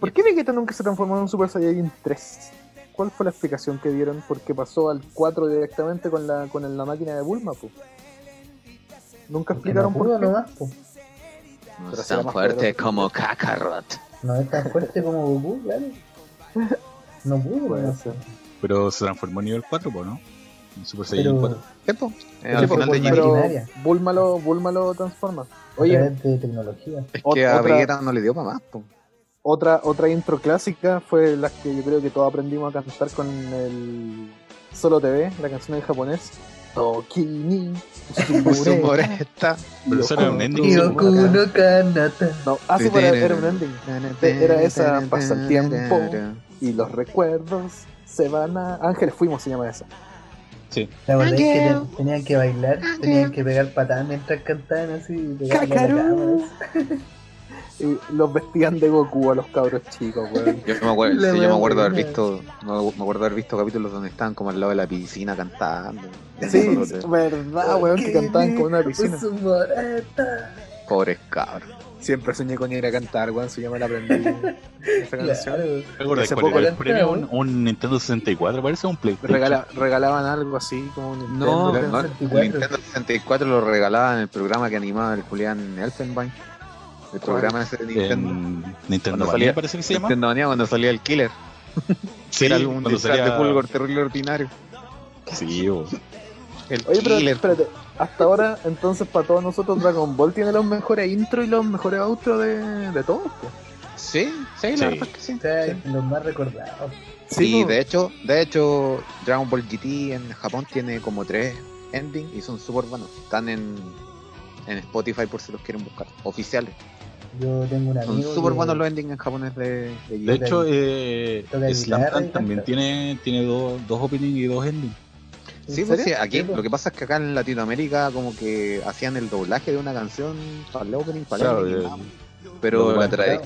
¿Por qué Vegeta nunca se transformó en un Super Saiyajin 3? ¿Cuál fue la explicación que dieron? Porque pasó al 4 directamente con la, con la máquina de Bulma, po. Nunca explicaron por
puro
qué.
nomás, po.
No
Pero
es
será
tan
más
fuerte
poderoso.
como Kakarot.
No es tan fuerte como Goku,
*laughs*
claro. No pudo,
Puede
weón.
ser.
Pero se transformó en nivel 4, po, ¿no? En Super Saiyan
Pero-
4.
¿Tiempo?
Sí,
Eh, al final de
por- por
GT.
Pero
maquinaria.
Bulma lo, Bulma lo transforma.
a
Oye,
través de tecnología.
Es
Ot-
que a
otra-
Vegeta no le dio para más, po.
*laughs* otra, otra intro clásica fue la que yo creo que todos aprendimos a cantar con el Solo TV, la canción en japonés. Tokini,
*laughs*
Usumore.
humorista.
Pero eso era un ending.
Y
¿sí?
Goku.
Goku no Kanata.
No, así para, era un ending. Era esa, pasa el tiempo y los recuerdos se van a... Ángeles fuimos, se llama esa.
Sí.
La verdad es que te- tenían que bailar, tenían que pegar patadas mientras cantaban así. y pegarle a la
Cacarú.
cámara.
Y los vestían de Goku a los cabros chicos, weón.
Yo me acuerdo,
La
sí, yo me
wea
acuerdo haber
buena.
visto, me acu- me acuerdo haber visto capítulos donde estaban como al lado de la piscina cantando.
Sí,
Eso, de-
verdad, Ah, weón, que cantaban como una piscina.
Usumorata.
Pobres cabros.
Siempre soñé con ir a cantar, weón. Se llama la aprendí. Esa canción.
Claro.
¿Te acuerdas
Hace
cuál
poco
era el
la
premio? Un,
entrada,
un Nintendo 64, parece un Play.
Regala- regalaban algo así como un
No,
Nintendo.
no,
64.
el Nintendo 64 lo regalaban en el programa que animaba el Julián Elfenbein. El programa ese de Nintendo.
En Nintendo
Cuando
Manía,
salía-
parece que se llama.
Nintendo Manía cuando salía el Killer.
Sí,
era un
cuando
disfraz de
salía-
Fulgor terrible ordinario.
Sí, bo.
El
Oye, pero
Killer.
espérate, hasta ahora, entonces, para todos nosotros, Dragon Ball tiene los mejores intros y los mejores outros de, de todos. po.
Sí, sí,
Sí.
la verdad es que sí.
O sea,
Sí.
los más recordados.
Sí,
po.
de hecho, de hecho, Dragon Ball GT en Japón tiene como tres endings y son súper buenos. Están en, en Spotify por si los quieren buscar. Oficiales.
Yo tengo un
Son
amigo.
súper
que-
buenos los endings en japonés de, de
De
GT.
hecho, eh,
Toca
Slam
guitarra y
Dunk también
canta.
tiene, tiene dos, dos openings y dos endings.
Sí,
¿En
pues sí,
serio?
aquí
Sí, pues.
lo que pasa es que acá en Latinoamérica como que hacían el doblaje de una canción para el opening, para el
Claro,
ending,
eh,
nada más. pero
lo
la
bueno.
tradi-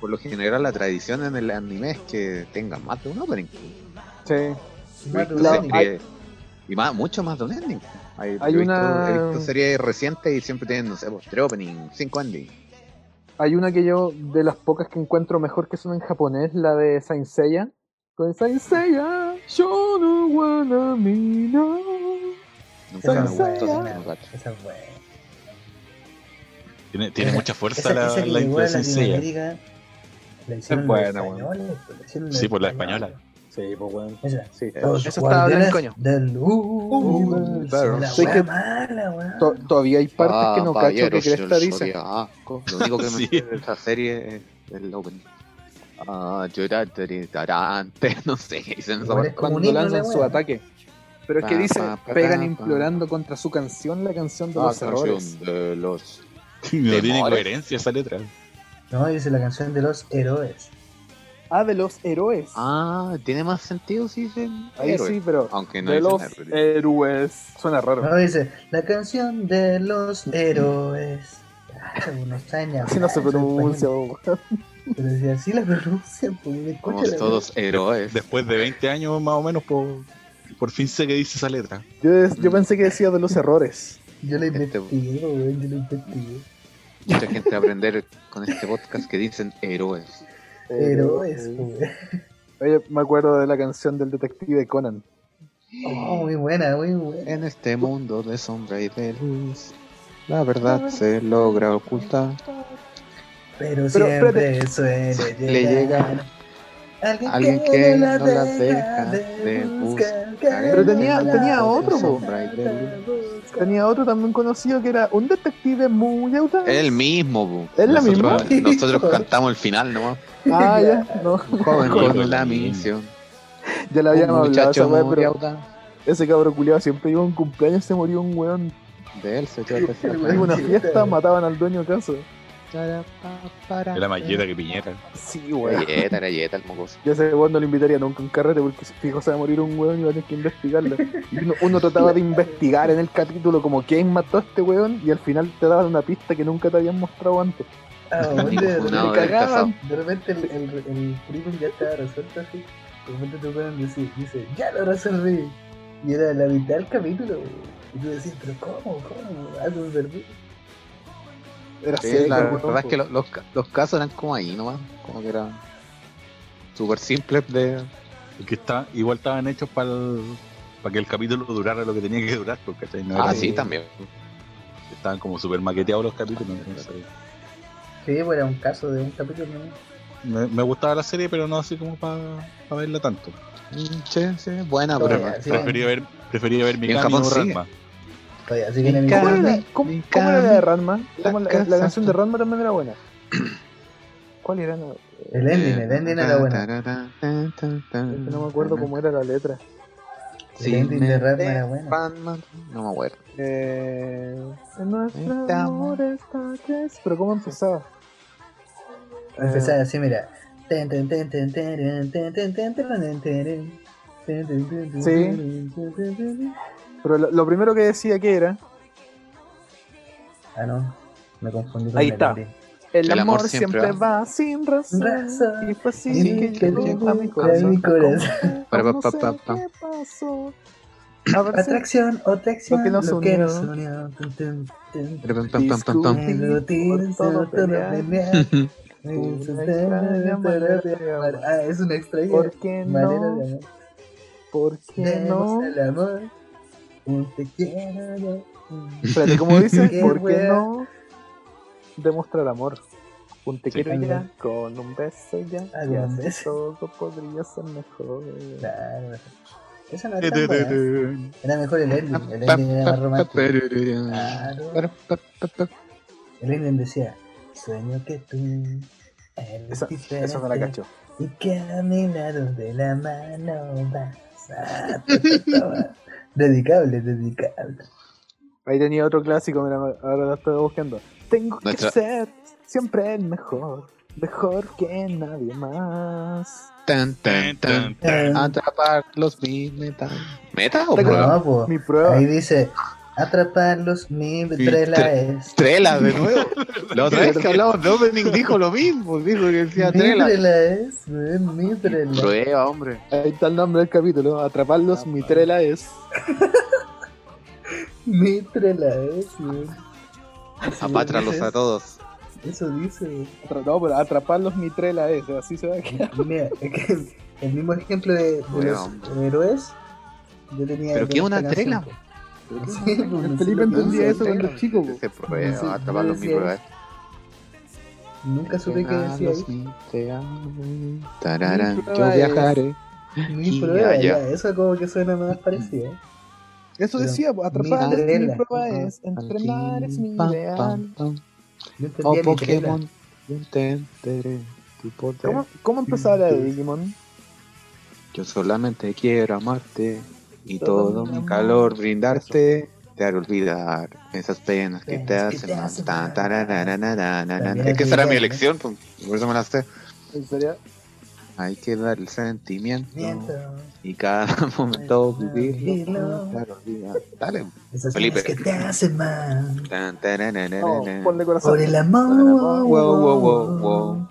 por lo general la tradición en el anime es que tengan más de un opening.
Sí.
Más de un
La-
Entonces,
ending.
hay-
que- y más, mucho más de un ending. Hay,
Hay
yo he
una-
visto, he visto series recientes y siempre tienen, no sé, pues, tres openings, cinco endings.
Hay una que yo, de las pocas que encuentro mejor que son en japonés, la de Saint Seiya. Con Saint Seiya, yo no wanna be no.
Nunca
Esa
me
es
gustó
buena.
ese gato.
Esa es buena.
Tiene, tiene mucha fuerza
Eh, Esa,
la,
esa que
la
llegó a
influencia sencilla. *laughs*
Latinoamérica. La hicieron los
buena, weón.
españoles, pues, la hicieron los
Sí, por la
españoles.
española.
Sí, pues weón.
Esa.
Sí.
Eh,
Los
Eso estaba
guardianes
blancoño.
Del universo.
pero
La
sé
wea
que-
mala, weón.
To- todavía hay partes
Ah,
que no cacho que
caballeros
Cresta
del
dice.
Zodiaco. Lo
*laughs*
único que
Sí.
me sé de esa serie es el opening. Ah, yo era tari- tarante, *laughs* no sé qué dicen esa
Igual
parte.
es como un
Cuando
himno
lanzan
la
su
wea.
ataque. Pero es que
Pa,
dice,
pa, pa,
pegan
pa,
implorando contra su canción la canción de los
Ah, canción
errores.
de los
No tiene
Temores.
coherencia esa letra.
No, dice la canción de los héroes.
Ah, de los héroes.
Ah, tiene más sentido si dicen
Ahí
héroe.
sí, pero
Aunque no
de
dicen
los eh,
héroe.
héroes. Suena raro.
No, dice la canción de los héroes. Ah, Cacha, weón, no está ni
Así no se
hablando
pronuncia.
español.
bo.
Pero si así la pronuncian, pues me escucha
Somos
la
todos héroes.
Después de 20 años más o menos, por, por fin sé que dice esa letra.
Yo, yo pensé que decía de los errores.
wea. Yo la
Este-
investigué, weón, yo la investigué.
Mucha gente va a aprender con este podcast que dicen héroes.
Héroes, pues.
Eh,
weón.
Oye, me acuerdo de la canción del detective Conan.
Oh, muy buena, muy buena.
En este mundo de sombra y de luz, la verdad se logra ocultar.
pues,
Pero,
Pero,
siempre suele
Le
llegar. Alguien,
alguien
que,
que
no la
no la
deja
deja
de,
de
buscar. que
Pero
tenía-
no la
tenía otro,
deja
po.
de buscar.
Tenía otro también conocido que era un detective muy audaz.
Es el mismo, bu.
¿Es la
Nosotros-
misma?
Nosotros cantamos el final nomás.
*laughs*
Ah, ya, no.
Joven
Con
con una
la
misión.
Ya la
Un
habíamos hablado esa
muchacho
wea,
muy
pero
audaz.
ese cabro culiado siempre iba a un cumpleaños se murió un weón.
de él se
*laughs*
echó el especial.
El
pues.
En una
Sí,
fiesta
sí.
mataban al dueño de casa.
Era más yeta que Piñera.
Sí, weón.
Galleta, era galleta, el mocoso.
Yo a ese weón no lo invitaría nunca a un carrete porque si fijo se va a morir un weón y va a tener que investigarlo. Y Uno, uno trataba de investigar en el capítulo como quién mató a este weón y al final te daban una pista que nunca te habían mostrado antes.
Ah, bueno,
Ningún
de,
funado
de-
del
cagaban. De repente el, el, el currículum ya estaba resuelto así. De repente te ponen decir, dice, ya lo resolví. Y era la mitad del capítulo. güey. Y tú decís, pero ¿cómo? ¿Cómo? Algo me perdí.
Era
Sí,
seco,
la
weón.
verdad es que lo- los, ca- los casos eran como ahí nomás, como que eran súper simples de...
Porque está, igual estaban hechos para que el capítulo durara lo que tenía que durar. Porque, ¿cachai? No
Ah,
era-
sí, también.
Estaban como súper maqueteados los capítulos. entonces.
Sí, pues era un caso de un capítulo. ¿no?
Me, me gustaba la serie, pero no así como para verla tanto.
Mm, Sí, sí, buena,
No,
pero...
ya, sí.
Prefería ver, prefería ver mi
en Japón sigue.
Ranma.
Oye, así que la
¿Cómo era la,
mitad.
cómo-
mi
cómo era la
cama,
de Ranma? ¿Cómo la, la
casa.
canción de Ranma también era
*clears throat*
buena. ¿Cuál era? No,
El ending, el ending era bueno.
no me acuerdo cómo era la letra.
El ending de Ratman era bueno.
Batman, no me acuerdo.
Eh, en nuestro
Está
amor está que es- Pero ¿cómo empezaba?
Empezaba así, mira. Ten, ten, ten, ten, ten, ten, ten, ten, ten, ten, ten, ten, ten, ten, ten, ten,
Sí.
ten, ten, ten.
Eh, Pero lo, lo primero que decía que era
Ah, no. Me confundí con
Ahí
el
está.
ending.
El,
El
amor,
amor
siempre,
siempre
va. sin razón.
Razón.
Y fue así
Sí,
que
que
llegó a mi
llegó a mi
corazón. *laughs*
corazón.
Como-
Pa,
no
pa,
sé
pa, pa.
qué pasó. A ver si-
Atracción, atracción,
Lo que nos unió.
unió. Tun, tun, tun, tun.
Pam, pam, pam, pam, pam.
Disculpe.
Negro tigre,
Por todo
sobre todo
pelear.
pelear.
*laughs* Una extraña manera de amar.
Ah, es una extraña
¿Por qué
manera
no?
de amar.
¿Por qué no?
Demos el amor. Un te quiero. yo.
Espérate,
*laughs*
como dice,
Qué
¿por qué
wea.
no demostrar amor? Un te
Sí.
quiero ya, con un beso ya,
Ah,
y
con
así
beso.
todo podría ser mejor.
Claro. Esa no era tan buena. Era mejor el ending. El ending era más romántico. Claro. El ending decía: Sueño que tú eres
Esa, esa no la
diferente.
cacho.
Y caminaron de la mano vas
*laughs*
a tomar. Dedicable, dedicable.
Ahí tenía otro clásico, mira, ahora la estoy buscando. Tengo
Nuestra-
que ser siempre el mejor, mejor que nadie más.
Tan, tan, tan.
Ah,
Eh,
Atrapar los mil metas. ¿Meta o
Tengo-
prueba?
no, po.
Mi prueba.
Ahí dice atraparlos mi trela es.
Trela, de nuevo. La otra vez que hablamos de opening dijo lo mismo. Dijo que decía
Mi
Trela.
trela es, eh, mi trela.
Prueba, hombre.
Ahí está el nombre del capítulo, atraparlos, mi trela es.
Ah, Mi trela es, eh. Eso
Apátralos
dice,
a todos.
Eso dice.
Atra- No, pero atraparlos, mi trela es, así se va a quedar.
Mira, es que el mismo ejemplo de, de
Bueno.
los héroes. Yo tenía.
¿Pero
con
qué es una
esta canción,
trela?
po. Sí, po, no sé
Felipe
lo que
entendía
es.
eso cuando chico, po.
Se
No sé,
prueba, atrapar los mil
decía
pruebas.
Nunca supe qué decía ahí.
Tararán,
Mi prueba
yo
es-
viajaré.
Mi
Y Mm,
prueba,
allá.
ya, eso como que suena más parecido.
Oh,
Eso
Pero
decía, po, atrapar
mi
mi,
trela.
prueba es, entrenar es mi
Pam,
ideal.
pam, pam. O
Yo entendía mi trela.
Pokémon. yo te enteré, tu poder.
¿Cómo, ¿Cómo empezaba la de Digimon?
Yo solamente quiero amarte y
Todo
todo,
mi
mi
amor.
calor brindarte. Te haré olvidar esas penas que te
Penas que
hacen
te
mal.
hacen
Tan,
mal.
tarananananana.
También
Es que esa era mi
olvidar, ¿no?
elección, pues, por eso me la sé.
¿En serio?
Hay que dar el sentimiento
Miento.
y cada momento
Vivirlo.
vivirlo. Te haré olvidar. Dale.
Esas
Felipe.
penas que te hacen mal.
Tan,
No,
tarananana.
ponle corazón.
Por el amor.
Por el amor. Wow, wow, wow, wow.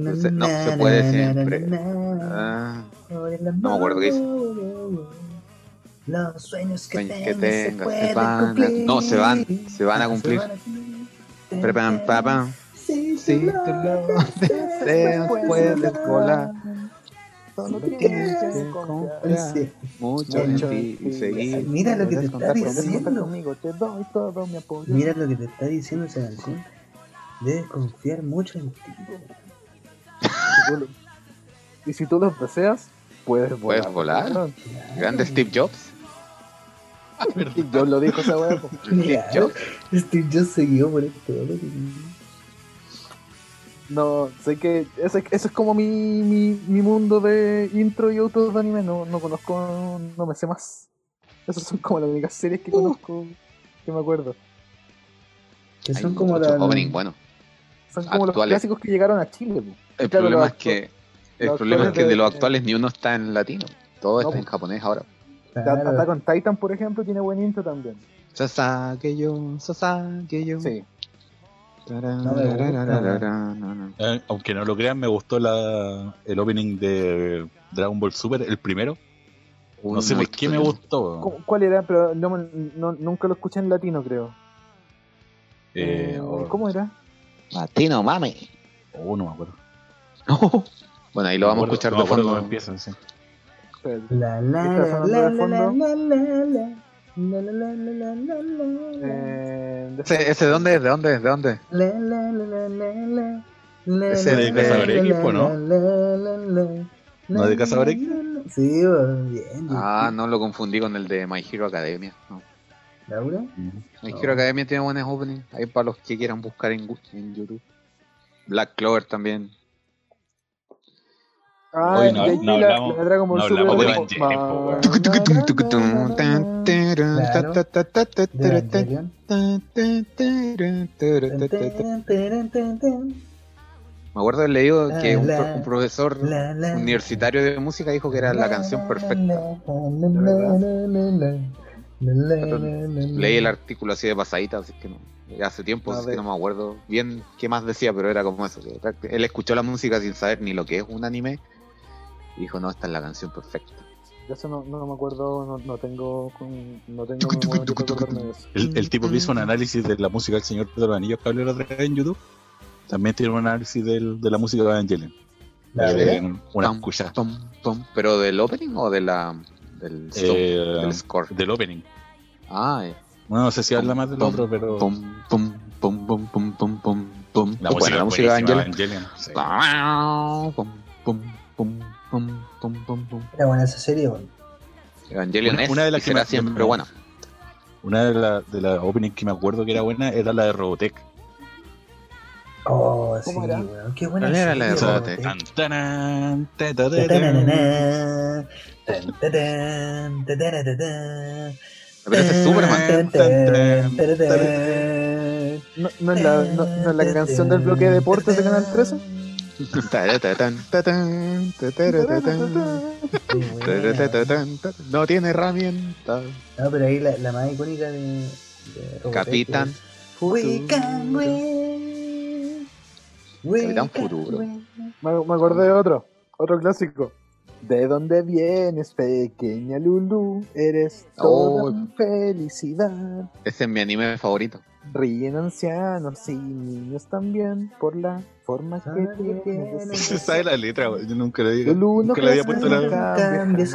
Na,
Se- no,
na,
se puede
na, na,
siempre.
na, na.
Ah,
Por el amor.
me acuerdo qué dice.
Los sueños que,
Sueños que
tengas
tengas se
se, pueden
van a-
cumplir.
no, se van, se van a
Ah,
cumplir.
van a cumplir.
pre- pam, pa, pam.
Sí,
Sí,
sí,
te lo deseas, puedes volar.
Solo
Tienes
tienes
que
que confiar.
Mucho en
Mucho
ti y
en ti.
seguir.
Mira lo que te
Puedes
está
contar conmigo.
Puedes contar
diciendo.
conmigo, te doy todo mi apoyo.
Mira lo que te está diciendo esa canción. Debes confiar mucho en ti.
Si tú lo- Y si tú los deseas, puedes volar.
Puedes volar.
Claro.
Grande Steve Jobs.
Y Yo lo dijo esa pues. weá. po.
Mira,
Yo-
Steve Jobs se guió por esto.
No, sé que eso es, eso es como mi, mi, mi mundo de intro y autos de anime. No, no conozco, no me sé más. Esas son como las únicas series que conozco. que me acuerdo.
Que
Hay
son como la-
muchos openings buenos.
Son como los
Actuales.
clásicos que llegaron a Chile. po.
El
Claro,
problema
los
es que el
los
problema es que
actuales
de
de-
los actuales ni uno está en latino.
No,
Todo está en
pues.
japonés ahora.
claro,
Hasta con Titan, por ejemplo, tiene buen intro también.
Sasageyo, Sasageyo.
Sí.
Tararararararararara.
*laughs* Eh, aunque no lo crean, me gustó la, el opening de Dragon Ball Super, el primero. No sé
Una
por qué me
historia.
gustó.
¿Cu- ¿Cuál era? Pero no me- no- nunca lo escuché en latino, creo.
Eh,
Eh,
o-
¿Cómo era?
Latino, mami.
o no me acuerdo.
Bueno, ahí lo vamos a
No me
escuchar
acuerdo- no
de
me
fondo.
acuerdo cómo empieza, sí.
Espérate.
La la
Está
la
sonando de
la la la
fondo.
la la la. La, la, la, la, la, la, la.
Eh, después-
¿Ese, ese de dónde es? ¿De dónde es? ¿De dónde?
La, la, la, la, la, la. La,
Ese
la,
de
la,
Cazabrequis,
la,
po, ¿no?
la, la, la, la.
¿No de Cazabrequis?
La, la, la. Sí, bueno, bien.
Ah, no lo confundí con el de My Hero Academia. no.
¿Laura?
My
No.
Hero Academia tiene buenas openings. Ahí para los que quieran buscar en, gu- en YouTube. Black Clover también.
Ah,
Oye, no-
y ahí
no
la,
hablamos-
la Dragon Ball
no
Super.
hablamos
era
de
como-
Evangelion, po, weón.
Claro. De
Claro.
Evangelion. Ten, ten, ten, ten, ten.
Me acuerdo haber leído que un, pro-
Ah, La,
un profesor
La, la,
universitario de música dijo que era la canción perfecta.
La, la, la, la, la, la, la, la, la.
Leí el artículo así de pasadita, así que no. eh, Hace tiempo,
A
así que
ver.
no me acuerdo bien qué más decía, pero era como eso. que prácti- él escuchó la música sin saber ni lo que es un anime. Y dijo, no, esta es la canción perfecta.
De eso no, no me acuerdo, no, no tengo, con- no tengo memoria para acordarme de eso.
El, el tipo que hizo un análisis de la música del señor Pedro Anillos que hablé la otra vez en YouTube, también tiene un análisis del- de la música de Evangelion.
La,
Ahí le
la.
den una
Pam,
escucha
pam, pam. ¿Pero del opening o de la, del, so-
eh,
del score?
del opening.
Ah, eh.
No, no sé si habla más del
Pum,
otro, pero
Pum, pum, pum, pum, pum, pum, pum, pum.
la
Bueno,
música,
la
es
música de
buenísima de
Angel.
Evangelion. sí.
Pum, pum, pum, pum, pum, pum, pum.
Era buena esa serie, bueno.
Evangelion
Una-
es
una de las
y
que
será
más-
siempre buena.
Una de las de la openings que me acuerdo que era buena era la de Robotech.
Oh, sí,
¿Cómo era?
weón, Qué buena
¿Cuál era la de
O sea,
Robotech?
tan, *laughs* taran, ta, ta, ta, tan.
Ta-ta-na-na-na, tan-ta-tan, ta-ta-ra-ta-tan,
Pero
Eh.
ese es Superman.
tan, tan, ta-ra-tan.
¿No, no es la, no, no es la canción del bloque de deportes de Canal 13?
Taratán, tatán, tataratán,
Sí, weón.
tataratán, tatán. No tiene herramienta.
No, pero ahí la, la más icónica de, de Robotech
Capitán
es, We can win. We
Capitán
can
Futuro.
win.
Me, me acordé de otro, otro clásico. ¿De dónde vienes, pequeña Lulu? Eres toda
Oh.
mi felicidad.
Ese es mi anime favorito.
Ríen ancianos y niños también por la forma que
Ah,
tienes. de ser.
*laughs*
sí, sí.
Esa es la letra, güey, yo nunca la digo.
Lulu,
Nunca le había puesto la-
No cambies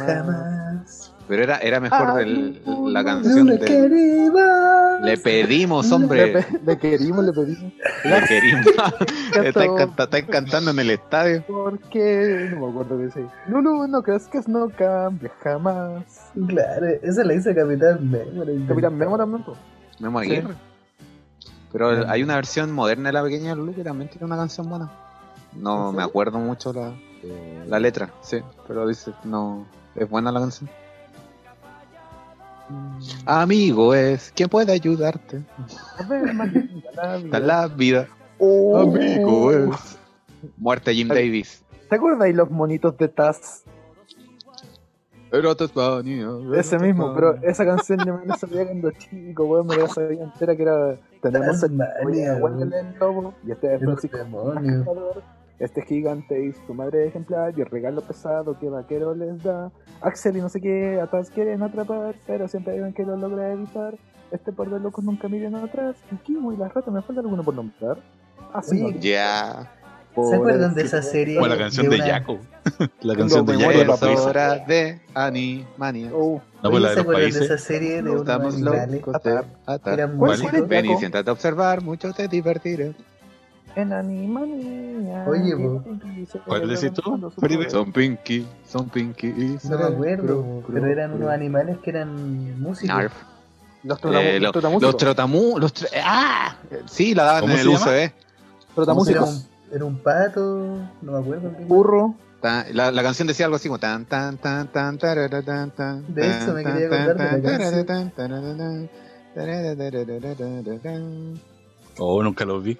cambies
jamás.
Pero era, era mejor
Ah,
del-
no,
la
no,
canción
le
de...
queríamos.
Le pedimos,
Le,
hombre.
pe- le querimos, le pedimos.
Le
*laughs*
querimos. *laughs* Estáis canta- estáis cantando en el estadio.
¿Por qué? No me acuerdo que sí. Lulu, no creas que no cambia jamás.
Claro, esa la hizo Capitán Memo.
Capitán Memo también, po.
Memo
Sí.
Aguirre. Pero hay una versión moderna de la pequeña Lulu que también tiene una canción buena. No
¿En
me
serio?
acuerdo mucho la, la letra, sí, pero dice, no, es buena la canción. Amigo es, ¿quién puede ayudarte?
A
*laughs*
ver, maldita la vida.
Está la vida.
Oh.
Amigo es. Pues, Muerte Jim
Ay.
Davis.
¿Te acordáis los monitos de Taz? Ese mismo, pero esa canción yo me la sabía cuando chico, weón, me la sabía entera que era Tenemos el
Tasmania,
oye,
weón.
huele el lobo y este es Francisco
demonio.
Pescador, Este gigante es tu madre ejemplar y el regalo pesado que vaquero les da. Axel y no sé qué, atrás quieren atrapar, pero siempre hay alguien que lo logra evitar. Este par de locos nunca miran atrás. Y Kimo y las ratas, me falta alguno por nombrar. Ah, sí.
Oye,
Ya.
por
¿Se acuerdan de
el-
esa serie?
O la canción de
una-
Jaco. *laughs* La canción de Jaco.
memoria,
de
Es
papá.
Suiza.
hora de Animania.
Oh,
No,
Oye,
pues la de
¿Se
los
acuerdan de
países.
esa serie de
Nos
unos
damos
animales?
locos de
que
atar.
Eran
¿Cuál
músicos.
fue?
Ven y
Jaco?
siéntate a observar, mucho te divertirás.
en Animania.
Oye, po.
¿Cuál decís tú, Felipe?
Son Pinky, son Pinky y
No me acuerdo, pero eran unos animales que eran músicos.
Narf.
Los
Eh, lo- los trotamú, los tr- ¡Ah! Sí, la daban
¿Cómo
en
se
el
llama?
UCB.
Era
Trotamúsicos.
un, era un pato, no me acuerdo. qué-
Burro.
Tan- La, la canción decía algo así como tan tan tan tan tarara, tan tan
De hecho, me
tan,
quería
tan,
acordar de la
tan, tarara,
canción.
tan, tarara, tan,
Oh, nunca los vi.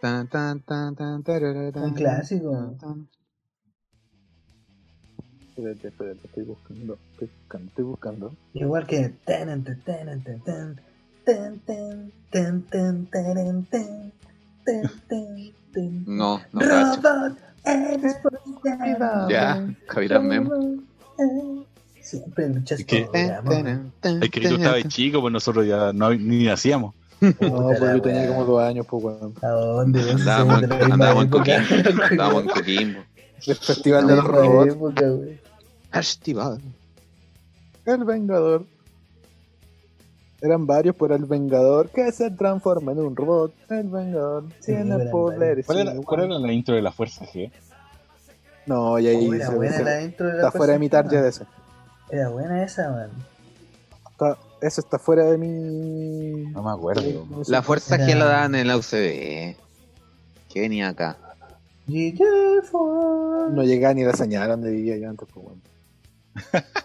Tan, tan, tan, tan, tararara, tan,
Un clásico.
tan, tan.
Espérate, espérate, estoy buscando, estoy buscando, estoy buscando.
Igual que. tan, tan, tan, tan, tan, tan, tan, tan, tan, tan, tan, tan, tan, tan.
No, Mm, no cacho.
Robot eres formidable.
Ya, Cavirán Memo.
Siempre en muchos
Es que-
programas.
Es que tú estabas chico, pues nosotros ya no, ni nacíamos.
No, pues yo tenía como
dos.
dos años, pues, weón.
¿A dónde? vos?
Andábamos-
Somos de la misma
andábamos en
época. *laughs*
Estábamos en Coquimbo.
El Festival *laughs*
De
del
la
Robot,
época, güey.
Activado.
El Vengador. Eran varios, pero el Vengador que se transforma en un robot. El Vengador
Sí,
tiene
eran
poderes.
¿Cuál
sí,
era,
weón.
cuál era la intro de la Fuerza G?
No, y ahí
Oh, Era
se-
buena
se-
la intro de la
está fuera de mi
persona.
target ese.
Era buena esa, man.
Está, eso está fuera de mi.
No me acuerdo.
La fuerza
Era-
G la dan en la UCB. Que venía acá.
No llegaba ni la señal donde vivía yo antes, pues, weón.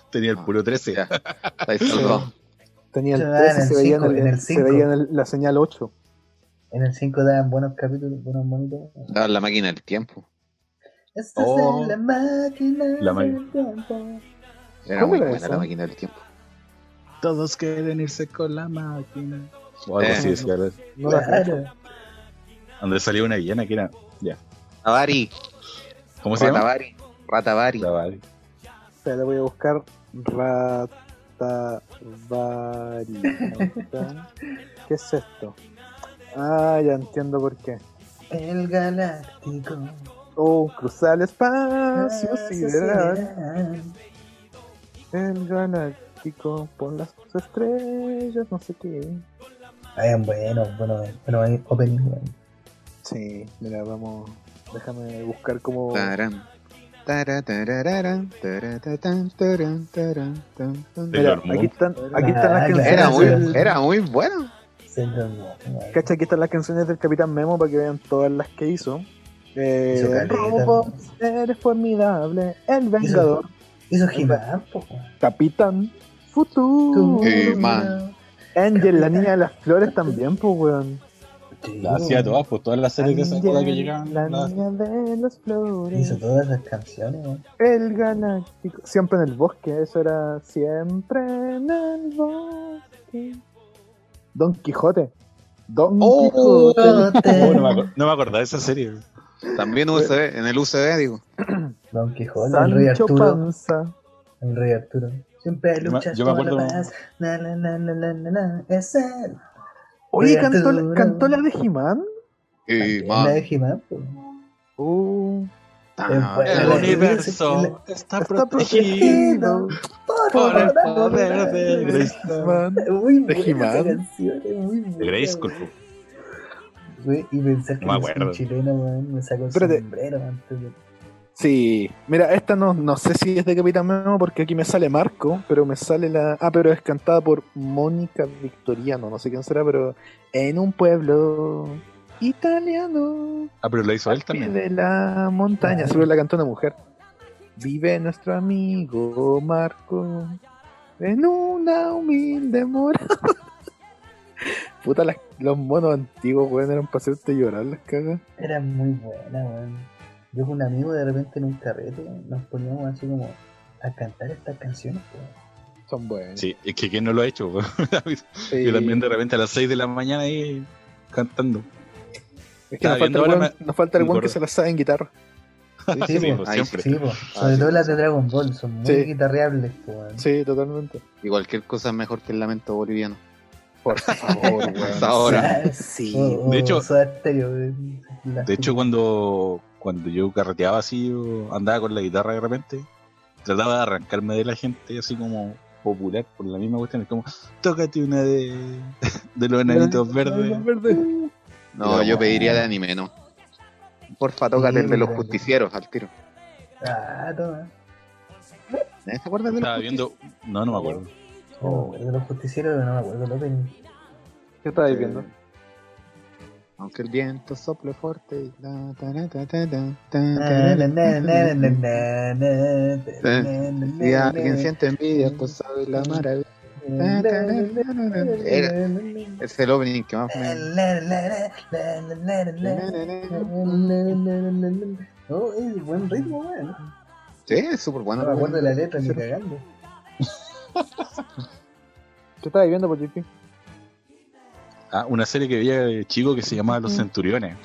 Tenía el puro 13.
Ya. Ahí salvó.
Tenía el
Se veía en
13, se
el
veía en,
cinco,
el-
en el
se
cinco.
veía en el- la señal 8.
En el 5 daban buenos capítulos, buenos bonitos.
Daban la máquina del tiempo.
Esta
Oh.
es la máquina
La ma-
del tiempo.
Era
¿Cómo
muy
era
buena
eso?
la máquina del tiempo.
Todos quieren irse con la máquina. O algo
Eh.
así decía. ¿verdad?
No la cacho.
Claro.
Donde salía una villana que era.
Tavari.
¿Cómo se llama?
Ratavari. Ratavari.
Tavari.
Espera, la voy a buscar. Ratavari. Ahí está. ¿Qué es esto? Ah, ya entiendo por qué.
El galáctico.
Oh, cruzar el
Ah,
espacio sideral.
sideral.
El galáctico por las estrellas, no sé qué.
Hagan buenos, buenos, buenos openings, weón.
Sí, mira, vamos. Déjame buscar cómo.
Tarán. Tará, tarararán, tará, tatán, tarán, tarán, tan, tan.
Mira,
Mira, Moon.
aquí están, aquí están
Ah,
las canciones.
Era muy,
del-
era muy bueno.
Sailor Moon, weón.
Cacha, aquí están las canciones del Capitán Memo para que vean todas las que hizo. Eh,
Hizo caleta,
Robo, eres formidable, el Vengador,
Hizo He-Man, po, weón.
Capitán Futuro,
Tú,
Eh, man.
Angel, la
Capitán.
niña de las flores también, pues weón.
Sí,
Ah,
La hacía
weón.
todas, pues todas las series de esa época que
Angel,
llegaban.
la
las-
niña de las
Hizo
flores,
todas esas canciones, weón.
el galáctico, siempre en el bosque, eso era siempre en el bosque. Don Quijote, Don
Oh,
Quijote.
ah.
Oh, no, me acu- no me acordaba de esa serie.
También UCB, en el UCB, digo.
*laughs* Don Quijote, el rey
Sancho
Arturo.
Panza.
El rey Arturo. Siempre
Yo me-
luchas
yo me
por la
acuerdo-
paz. Na, na, na, na, na, na, na. Es él.
Oye,
Rey
¿cantó, la-
Arturo.
¿cantó la de He-Man?
Y
La de
man,
He-Man, po.
Uh,
tan,
El
tan,
universo
está
está
protegido
Por favor.
Graceman.
Muy buena
De He-Man.
esa canción, es muy buena.
Grace
Güey, Y pensar que
No me
yo soy
acuerdo.
chileno, weón, me sacó el
Espérate.
sombrero antes de-
Sí, mira, esta no, no sé si es de Capitán Memo porque aquí me sale Marco, pero me sale la. Ah, pero es cantada por Mónica Victoriano, no sé quién será, pero en un pueblo italiano
Ah, pero la hizo él también. Ah.
de la montaña, solo la cantó una mujer. Vive nuestro amigo Marco en una humilde morada. *laughs* Puta, las- los monos antiguos, weón, eran para hacerte llorar las cagas.
Era muy buena, weón. Yo con un amigo de repente en un carrete nos poníamos así como a cantar estas canciones, weón.
Son buenas.
Sí, es que ¿quién no lo ha hecho? *laughs* po?
Sí.
Yo también de repente a las 6 de la mañana ahí cantando.
Es que
Estaba
nos falta,
viendo
el
ahora
weón-
me-
nos falta el
me
weón que
acordé.
se las sabe en guitarra.
Sí,
Sí,
po.
po,
ahí
siempre.
Sí, po. sobre
sí.
todo las de Dragon Ball, son muy
Sí.
guitarreables, po, weón.
Sí, totalmente.
Y cualquier cosa es mejor que el lamento boliviano.
Por favor, weón.
Hasta ahora.
Sí.
O- o
de hecho-
Soda Stereo, weón. La-
De hecho, cuando, cuando yo carreteaba así, yo andaba con la guitarra de repente, trataba de arrancarme de la gente así como popular por la misma cuestión. Es como, tócate una de, *laughs* de los enanitos
Ah,
verdes.
No,
Pero
yo
bueno.
pediría de anime, no. Porfa, tócate el de los
bueno.
justicieros al tiro.
Ah, toma.
¿Eh? ¿Te acuerdas de los
Estaba viendo. No, no me acuerdo.
Yo me acuerdo de los justicieros, pero no me acuerdo el opening.
¿Qué estáis
justicieros?
viendo?
Aunque el viento sople fuerte. la, ta, ra, ta, ta, ta, ta,
Na,
ta,
na,
ra,
na, na,
ta,
na,
ta.
na, na, na, na,
Si
na,
alguien
na.
siente envidia, pues sabe la maravilla. Es el opening que más me...
Oh, es buen ritmo, weón.
Sí, es súper bueno.
No me acuerdo de la letra ni cagando.
¿Qué estaba viendo por YouTube?
Ah, una serie que veía de chico que se llamaba Los Centuriones.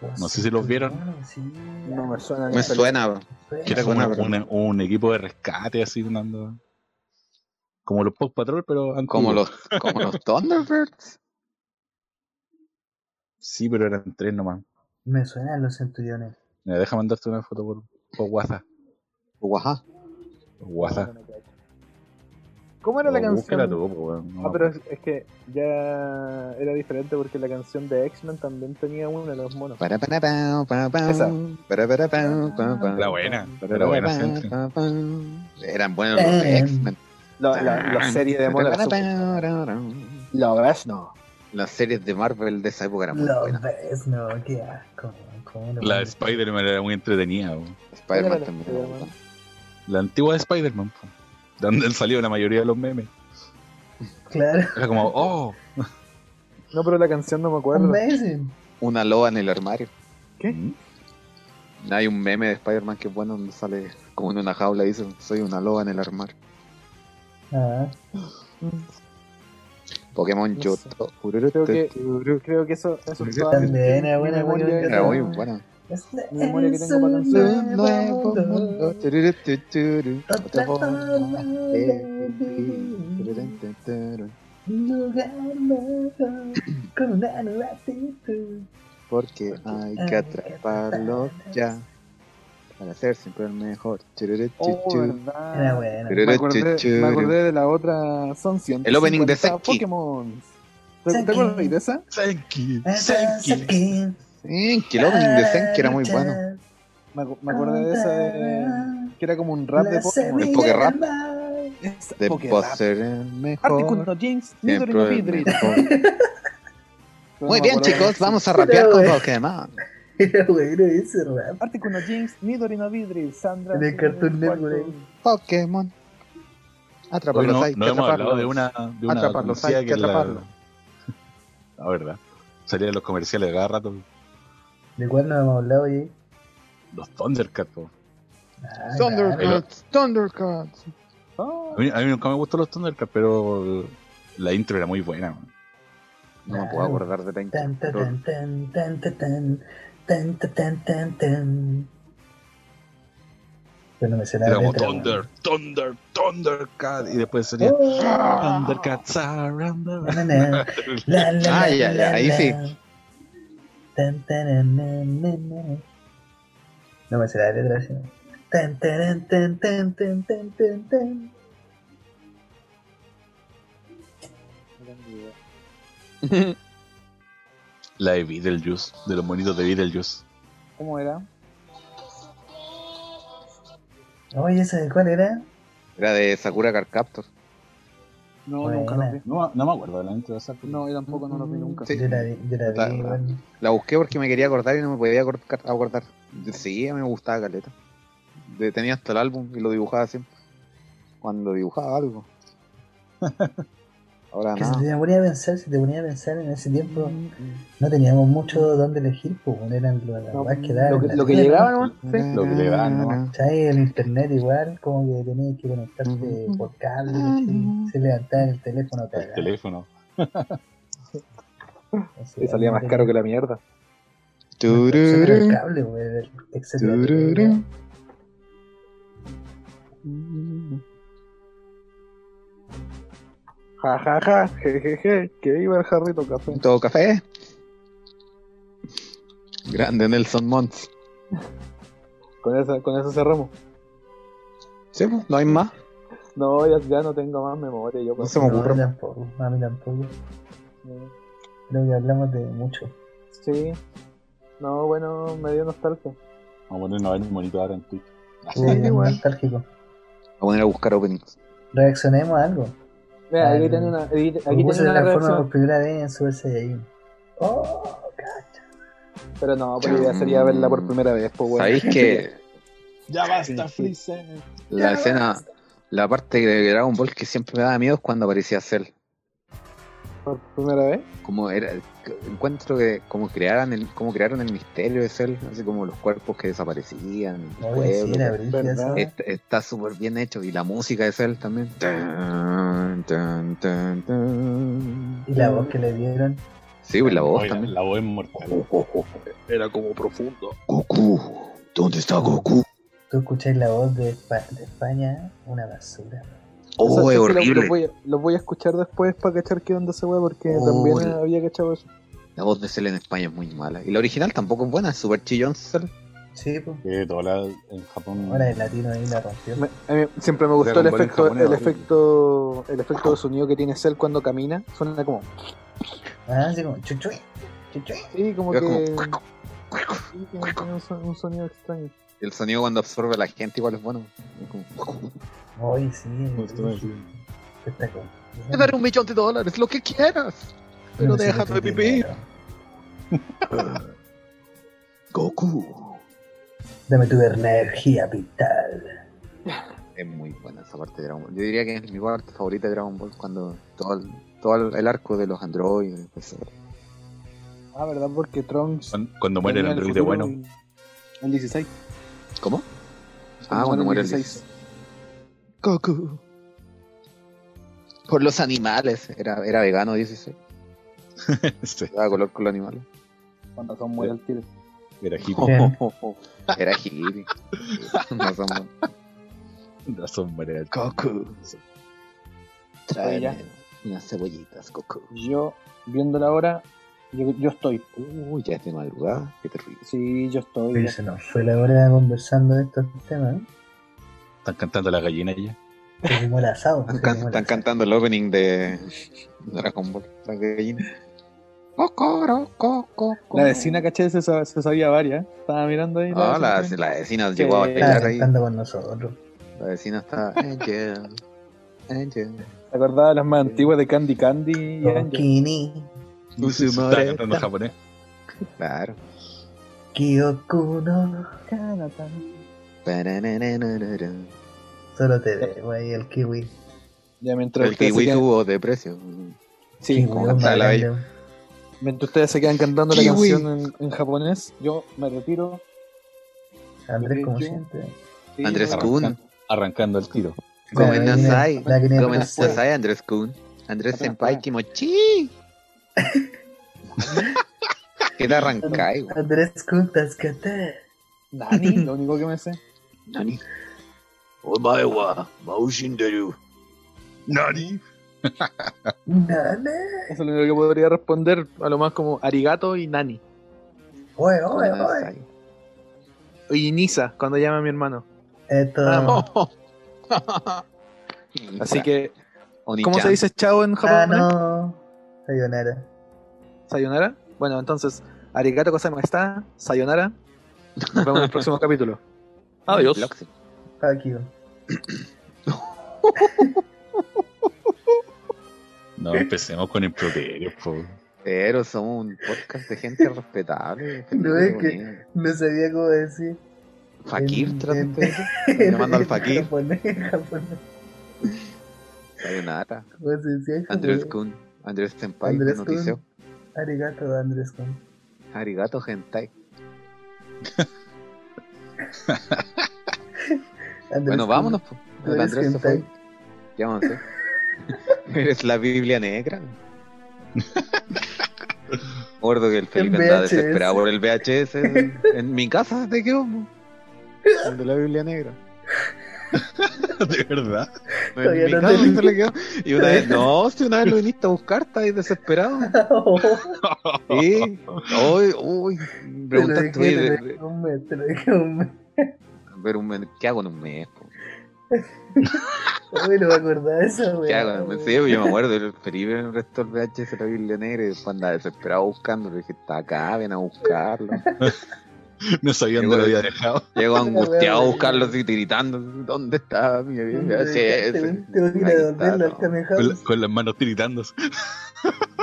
Pues
No sé si los vieron.
Sí,
No me suena. ni
Me
esa
suena.
Que era como una- una- un equipo de rescate así andando. Como los Pop Patrol, pero antiguos.
Como los, como los Thunderbirds.
Sí, pero eran tres nomás.
Me suenan los centuriones.
Mira, deja mandarte una foto por, por WhatsApp.
Guajá.
Por
película.
WhatsApp.
¿Cómo era la
O Oh, búscala
canción?
tú, po, weón. No,
Ah, pero es, es que ya era diferente porque la canción de X-Men también tenía uno de los monos.
Para, para, pa, pa, pa.
Esa.
Para, para, pa, pa, pa.
Era buena,
Para,
era buena
pa,
siempre.
pa, pa. Eran buenos los de X-Men.
Em, La, la, la serie de monos.
Para,
era súper-
para, para, para.
La pues. ves, no.
Las series de Marvel de esa época eran muy
Los
buenas.
ves, no, qué asco. weón, cómo no-
La de Spider-Man era muy entretenida, weón.
Spider-Man
Era la-
también. era muy bueno.
La antigua de Spider-Man, po. De donde *laughs* han salido la mayoría de los memes.
Claro.
Era como, oh,
No, pero la canción no me acuerdo.
Amazing.
Una loba en el armario.
¿Qué?
mm,
Hay un meme de Spider-Man que es bueno donde sale como en una jaula y dice, soy una loba en el armario.
Ah,
Pokémon
No sé.
Yoto.
Creo que, creo que eso, eso es toda mi-
también era
mi
buena.
memoria
buena,
era-
Era muy
buena.
bueno.
Este
Mi memoria que
es
tengo para
un
canciones.
nuevo mundo. Otra forma de vivir.
Porque
Un lugar mejor, con una nueva actitud.
hay que atraparlo ya. Para ser siempre el mejor.
Oh,
Era
verdad.
buena.
Pero-
Me acordé, me acordé de la otra. Son 150
El opening de Senki.
Pokémon. ¿Te,
Senki.
te acuerdas de esa?
thank you,
Eh,
thank
Estás
you.
aquí
Senki, el opening de Senki era muy
para
bueno.
luchar
Me, acu- me acordé de esa. de-
contra
que era como un rap
la
de Pokémon.
semilla.
semilla
Poké Rap.
del *laughs* mal.
Es
De
Poké
por
Rap.
ser el
Articuno,
mejor.
James, Nidorin
Siempre
y
el
Pidrey.
mejor.
No
Muy
me
bien,
acuerdo de
chicos,
eso.
vamos a rapear con
Pero, eh.
Pokémon.
Era bueno ese rap.
Articuno, James, Nidorin y Pidrey, Sandra.
En el Cartoon
eh,
Network.
Cuarto.
Pokémon.
Oye,
Atraparlos
no,
hay que
no hemos hablado
atraparlos.
de una, de una
Atraparlos, hay
publicidad
que
que la-
atraparlos.
*laughs* La verdad. Salían los comerciales de cada rato.
¿De cuál no hemos hablado, oye?
Los Thundercats, po.
Ah, claro.
Thundercats, Thundercats.
Ah,
A mí, a mí nunca me gustó los Thundercats, pero la intro era muy buena. man.
No me puedo acordar de la intro,
Tan, ta,
pero
tan, tan, tan, ta, tan, tan, ta, tan, tan, tan. Yo no me sé la
Era como
letra,
Thunder, Thunder, Thundercat. Y después salía
weón. Oh.
Thundercats around the-
Na, na,
*laughs*
na. La, la,
Ah,
la,
ya, ya,
la,
ahí sí.
la. Tan, tan, na, na, na, na. No me sé la letra, sí. Tan, tan, tan, tan, tan, tan, tan, tan.
La de Beetlejuice, de los monitos de Beetlejuice.
¿Cómo era?
Oye, ¿esa de cuál era?
Era de Sakura Card Captor.
No,
Buena.
nunca lo vi.
No, no me acuerdo de la intro de esa. pero-
No, yo tampoco no lo vi nunca.
Sí.
Yo la vi, yo la
Ta-
vi, weón.
La busqué porque me quería acordar y no me podía acordar. acordar. Sí, a mí me gustaba Caleta. De- Tenía hasta el álbum y lo dibujaba siempre. Cuando dibujaba *laughs* algo. Ahora
Ah,
Que
nada.
si te ponía a pensar, si te ponía a pensar en ese tiempo,
Mm.
no teníamos mucho donde elegir, pues bueno, eran lo- las
No,
weas que daban.
Lo
en
que,
la
lo que
tele, ¿no?
llegaba, ¿no? Sí.
Lo que le dan, ¿no?
¿Cachai? El internet igual, como que tenías que conectarte
Ujú.
por cable,
Ah,
¿cachai? se levantaba el teléfono
El
cagado.
teléfono.
Entonces,
Y salía más caro que la mierda.
Eso era el
Tururú,
cable, güey, el- etcétera.
tururú.
Ja, ja, ja, jejeje, que iba el jarrito café.
Todo café. Grande Nelson Monts.
Con eso, con eso cerramos.
Sí, pues, no hay más.
No, ya, ya no tengo más memoria. Yo
No se me
No, a mí
ocurre.
tampoco, a mí tampoco. Creo que hablamos de mucho.
Sí. No, bueno, me dio nostalgia.
Vamos a ponernos a ver un monito ahora en Twitch.
Ah,
Hubo bien
igual.
nostálgico.
Voy a poner a buscar openings.
Reaccionemos a algo.
Mira,
Ah,
aquí tengo una, aquí, aquí
Goku
tengo
se
una
transforma por
reacción.
primera vez en Super Saiyajin. Oh, cacha.
Pero no, pero la idea sería verla por primera vez. Pues, bueno.
Sabéis que
Ya basta, Freezer.
la escena, La parte de Dragon Ball que siempre me daba miedo es cuando aparecía Cell.
*laughs* por primera vez.
Como era, encuentro que como crearan el, como crearon el misterio de Cell, así como los cuerpos que desaparecían, el
Oye, sí,
pueblo.
la brígida
¿verdad?
esa.
Est- está súper bien hecho y la música de Cell también. Tan, tan, tan, tan.
Y la voz que le dieron.
Sí, y la voz
Oye,
también.
La voz es mortal.
Era como profundo.
Goku, ¿dónde está Goku?
Tú escucháis la voz de, Espa- de España, una basura.
Eso
Oh,
sí
es
que lo-
horrible.
Lo voy, a, lo voy a escuchar después para cachar qué onda se wea, porque
Oh,
también
la-
había cachado eso.
La voz de Cell en España es muy mala. Y la original tampoco es buena, es súper chillón Cell.
Sí, pues.
Que toda la, en Japón.
Ahora el latino ahí la rompió.
Me- a mí siempre me gustó el
Dragon Ball en
efecto,
japonés,
el
¿no?
efecto, el efecto de sonido que tiene Cell cuando camina. Suena como,
Ah, sí, como chuchuy, chuchuy.
sí, como
Es
que
como-
sí, tiene- tiene un, son- un sonido extraño.
El sonido cuando absorbe a la gente igual es bueno. Es como,
Hoy sí, el
Justo,
brígido.
sí.
espectacular.
Te daré un millón de dólares, lo que quieras. Pero
sé
déjame
de qué
vivir.
dinero.
Goku.
Dame tu energía vital.
Es muy buena esa parte de Dragon Ball. Yo diría que es mi parte favorita de Dragon Ball cuando todo el, todo el- el arco de los androides. pues,
Ah, ¿verdad? Porque Trunks...
Cuando, cuando muere el
tenía
androide
futuro
bueno.
y- El 16.
¿Cómo? Ah, cuando muere el 16. Goku. Por los animales. Era, era vegano 16.
*laughs* Sí,
Daba color con los animales. Oh,
Con razón muere el tiro.
Era hippie.
Bien.
Era hippie.
*laughs*
No somos-
Razón, muere el-
Goku.
Oye, ya.
Tráeme unas cebollitas, Goku.
Yo, viéndola ahora, yo, yo estoy.
Uy, ya es de madrugada. Qué terrible.
Sí, yo estoy.
Pero se nos fue la hora conversando de estos temas. ¿eh?
Están cantando la gallina ya.
Se quemó el asado.
Están,
se
can-
quemó el
están
asado.
cantando el opening de Dragon Ball, la gallina. Cocoro, coco,
La vecina, caché, se, sa- se sabía varias. Estaba mirando ahí.
Ah, la,
vecina.
la vecina
Que-
llegó a
Estaba
bailar ahí.
cantando con nosotros.
La vecina está. Angel. Angel.
¿Te acordás de las más antiguas de Candy Candy? y Angel?
Tokini,
Usu
Estaba
Moreta.
cantando en japonés.
Claro.
Kiyokuno. Solo
Eh,
te veo ahí el kiwi.
Ya mientras
El
ustedes, se
kiwi
quedan,
tuvo de precio.
sí,
Kiwi,
como
un
cantaba la
grande.
mientras ustedes se quedan cantando la
Kiwi.
canción en, en japonés, yo me retiro.
Andrés, como
Yo-
siempre.
Sí,
Andrés
yo-
Kun.
Arrancan- Arrancando el tiro.
Comen
La gallina-
nasai.
la gallina
Comen
francesa.
nasai, Andrés Kun. Andrés Senpai Kimochi. *laughs* ¿Qué te arrancáis, güey?
Andrés Kuntas Kate.
Dani, lo único que me sé.
Nani.
¡Nani!
Nane.
Eso es lo único que podría responder. A lo más como Arigato y Nani.
Oye, oye,
Comen
oye.
nasai.
Y Nisa, cuando llama a mi hermano.
Esto.
Vamos. Así
*laughs* Así que,
que, ¿cómo se dice chao en
Ah,
japonés?
no. Sayonara.
Sayonara. Bueno, entonces, arigato gozaimasu, sayonara. Nos vemos en el próximo capítulo. Adiós.
Fuck you.
No, empecemos con improperios,
*laughs*
po.
Pero somos un podcast de gente
*laughs*
respetable. gente
No es
bonita.
No sabía cómo decir.
Fakir,
en-
trataste de
en-
decir. Le mando al Fakir.
*laughs* Japonés, japonés.
*laughs* Sayonara.
¿Cómo se decía en
Andrés
japonés?
Kun. Andrés Senpai.
Andrés
Andrés Noticio.
Arigato, Andrés Kun.
Arigato Hentai.
Andrés
Bueno,
Kun. *laughs*
vámonos. po.
Andrés
Andrés se
Hentai.
fue. Llámanse. *laughs* Eres la Biblia
*laughs*
negra. Gordo que el Felipe
En
andaba
VHS.
desesperado por el VHS. En, en mi casa se te quedó. po. El de la Biblia negra.
De verdad.
En
Todavía
mi
no
casa
te-
se le quedó. Y una
*laughs*
vez, no, si una vez lo viniste a buscar, estáis desesperado.
Oh,
Sí. Uy, uy.
Te lo
Preguntaste,
dije,
oye,
te
de-
lo dije un mes, te lo dije un mes.
ver un men- ¿qué hago en un mes? po?
Uy, no me acordaba de esa,
*laughs* ¿Qué hago en un mes? Sí,
wey.
yo me acuerdo, el Felipe en el resto del VHS la Biblia Negra y después andaba desesperado buscándolo. Dije, está acá, ven a buscarlo.
No sabía dónde lo había
*laughs*
dejado.
Llego angustiado a
wea,
buscarlo
wea.
así, tiritando. ¿Dónde está mi VHS?
Tengo que ir a
Ahí está,
devolverlo al
no. Pues
Kame
Con,
House.
la- con las manos tiritándose.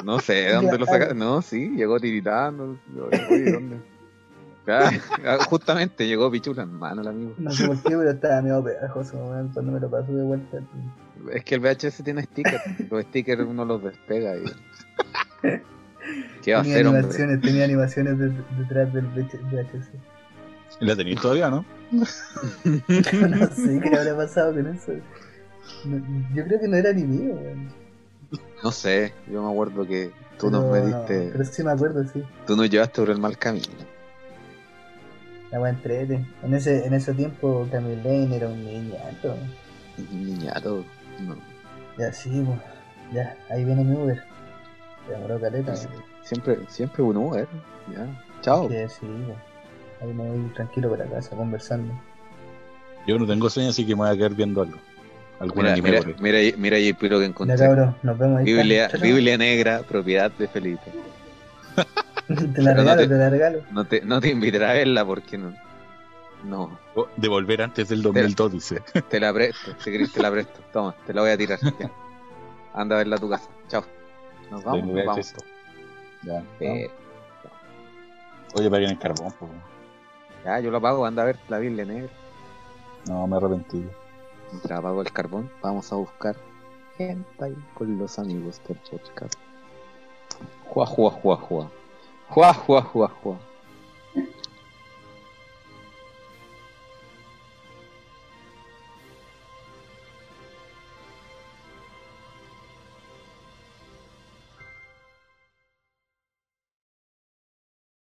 No sé, ¿dónde lo
Claro.
sacaste? No, sí, llegó tiritando. Oye, ¿dónde? Claro, *laughs* Justamente llegó pichula en mano el amigo.
No sé por qué, pero estaba medio pegajoso weón, cuando me lo pasó de vuelta.
Es que el VHS tiene stickers. Los stickers uno los despega
*laughs*
y. ¿Qué va a
Tenía
hacer, hombre?
animaciones, tenía animaciones de- detrás del VHS.
La tenéis todavía, ¿no?
*laughs* No sé qué le habrá pasado con eso. No, yo creo que no era ni mío, weón.
No sé, yo me acuerdo que tú
Pero-
nos metiste.
Pero sí me acuerdo, sí.
Tú nos llevaste por el mal camino.
La weá entrete. En ese, en ese tiempo Camille Lane era un niñato.
Niñato. No.
Ya sí, pues. Ya, ahí viene mi Uber. Te demoró caleta.
Sí.
weón.
Siempre, siempre un Uber. Ya. Chao.
Ya, sí, pues. Ahí me voy tranquilo para casa conversando.
Yo no tengo sueño, así que me voy a quedar viendo algo. Algún
Mira,
anime,
mira,
por ahí.
mira, ahí- mira ahí el piro que
Ya
encontré.
cabrón, nos vemos ahí.
Biblia,
Chao, chao.
Biblia negra, propiedad de Felipe.
Te la
Pero no
regalo,
te-
te la regalo.
No te, no te invitará a verla porque no. No,
Oh, De volver antes del 2002, dice.
te la presto, si querés te la presto. Toma, te la voy a tirar. ya. Anda a verla a tu casa. Chao. Nos vamos,
Del
nos vamos.
VHS. Ya.
Eh,
Oye, paguen el carbón, po.
ya, yo la pago, anda a ver la Biblia negra.
No, me arrepentí.
Mientras apago el carbón, vamos a buscar hentai con los amigos del podcast. Juá, juá, juá, juá. Juá, juá, juá, juá.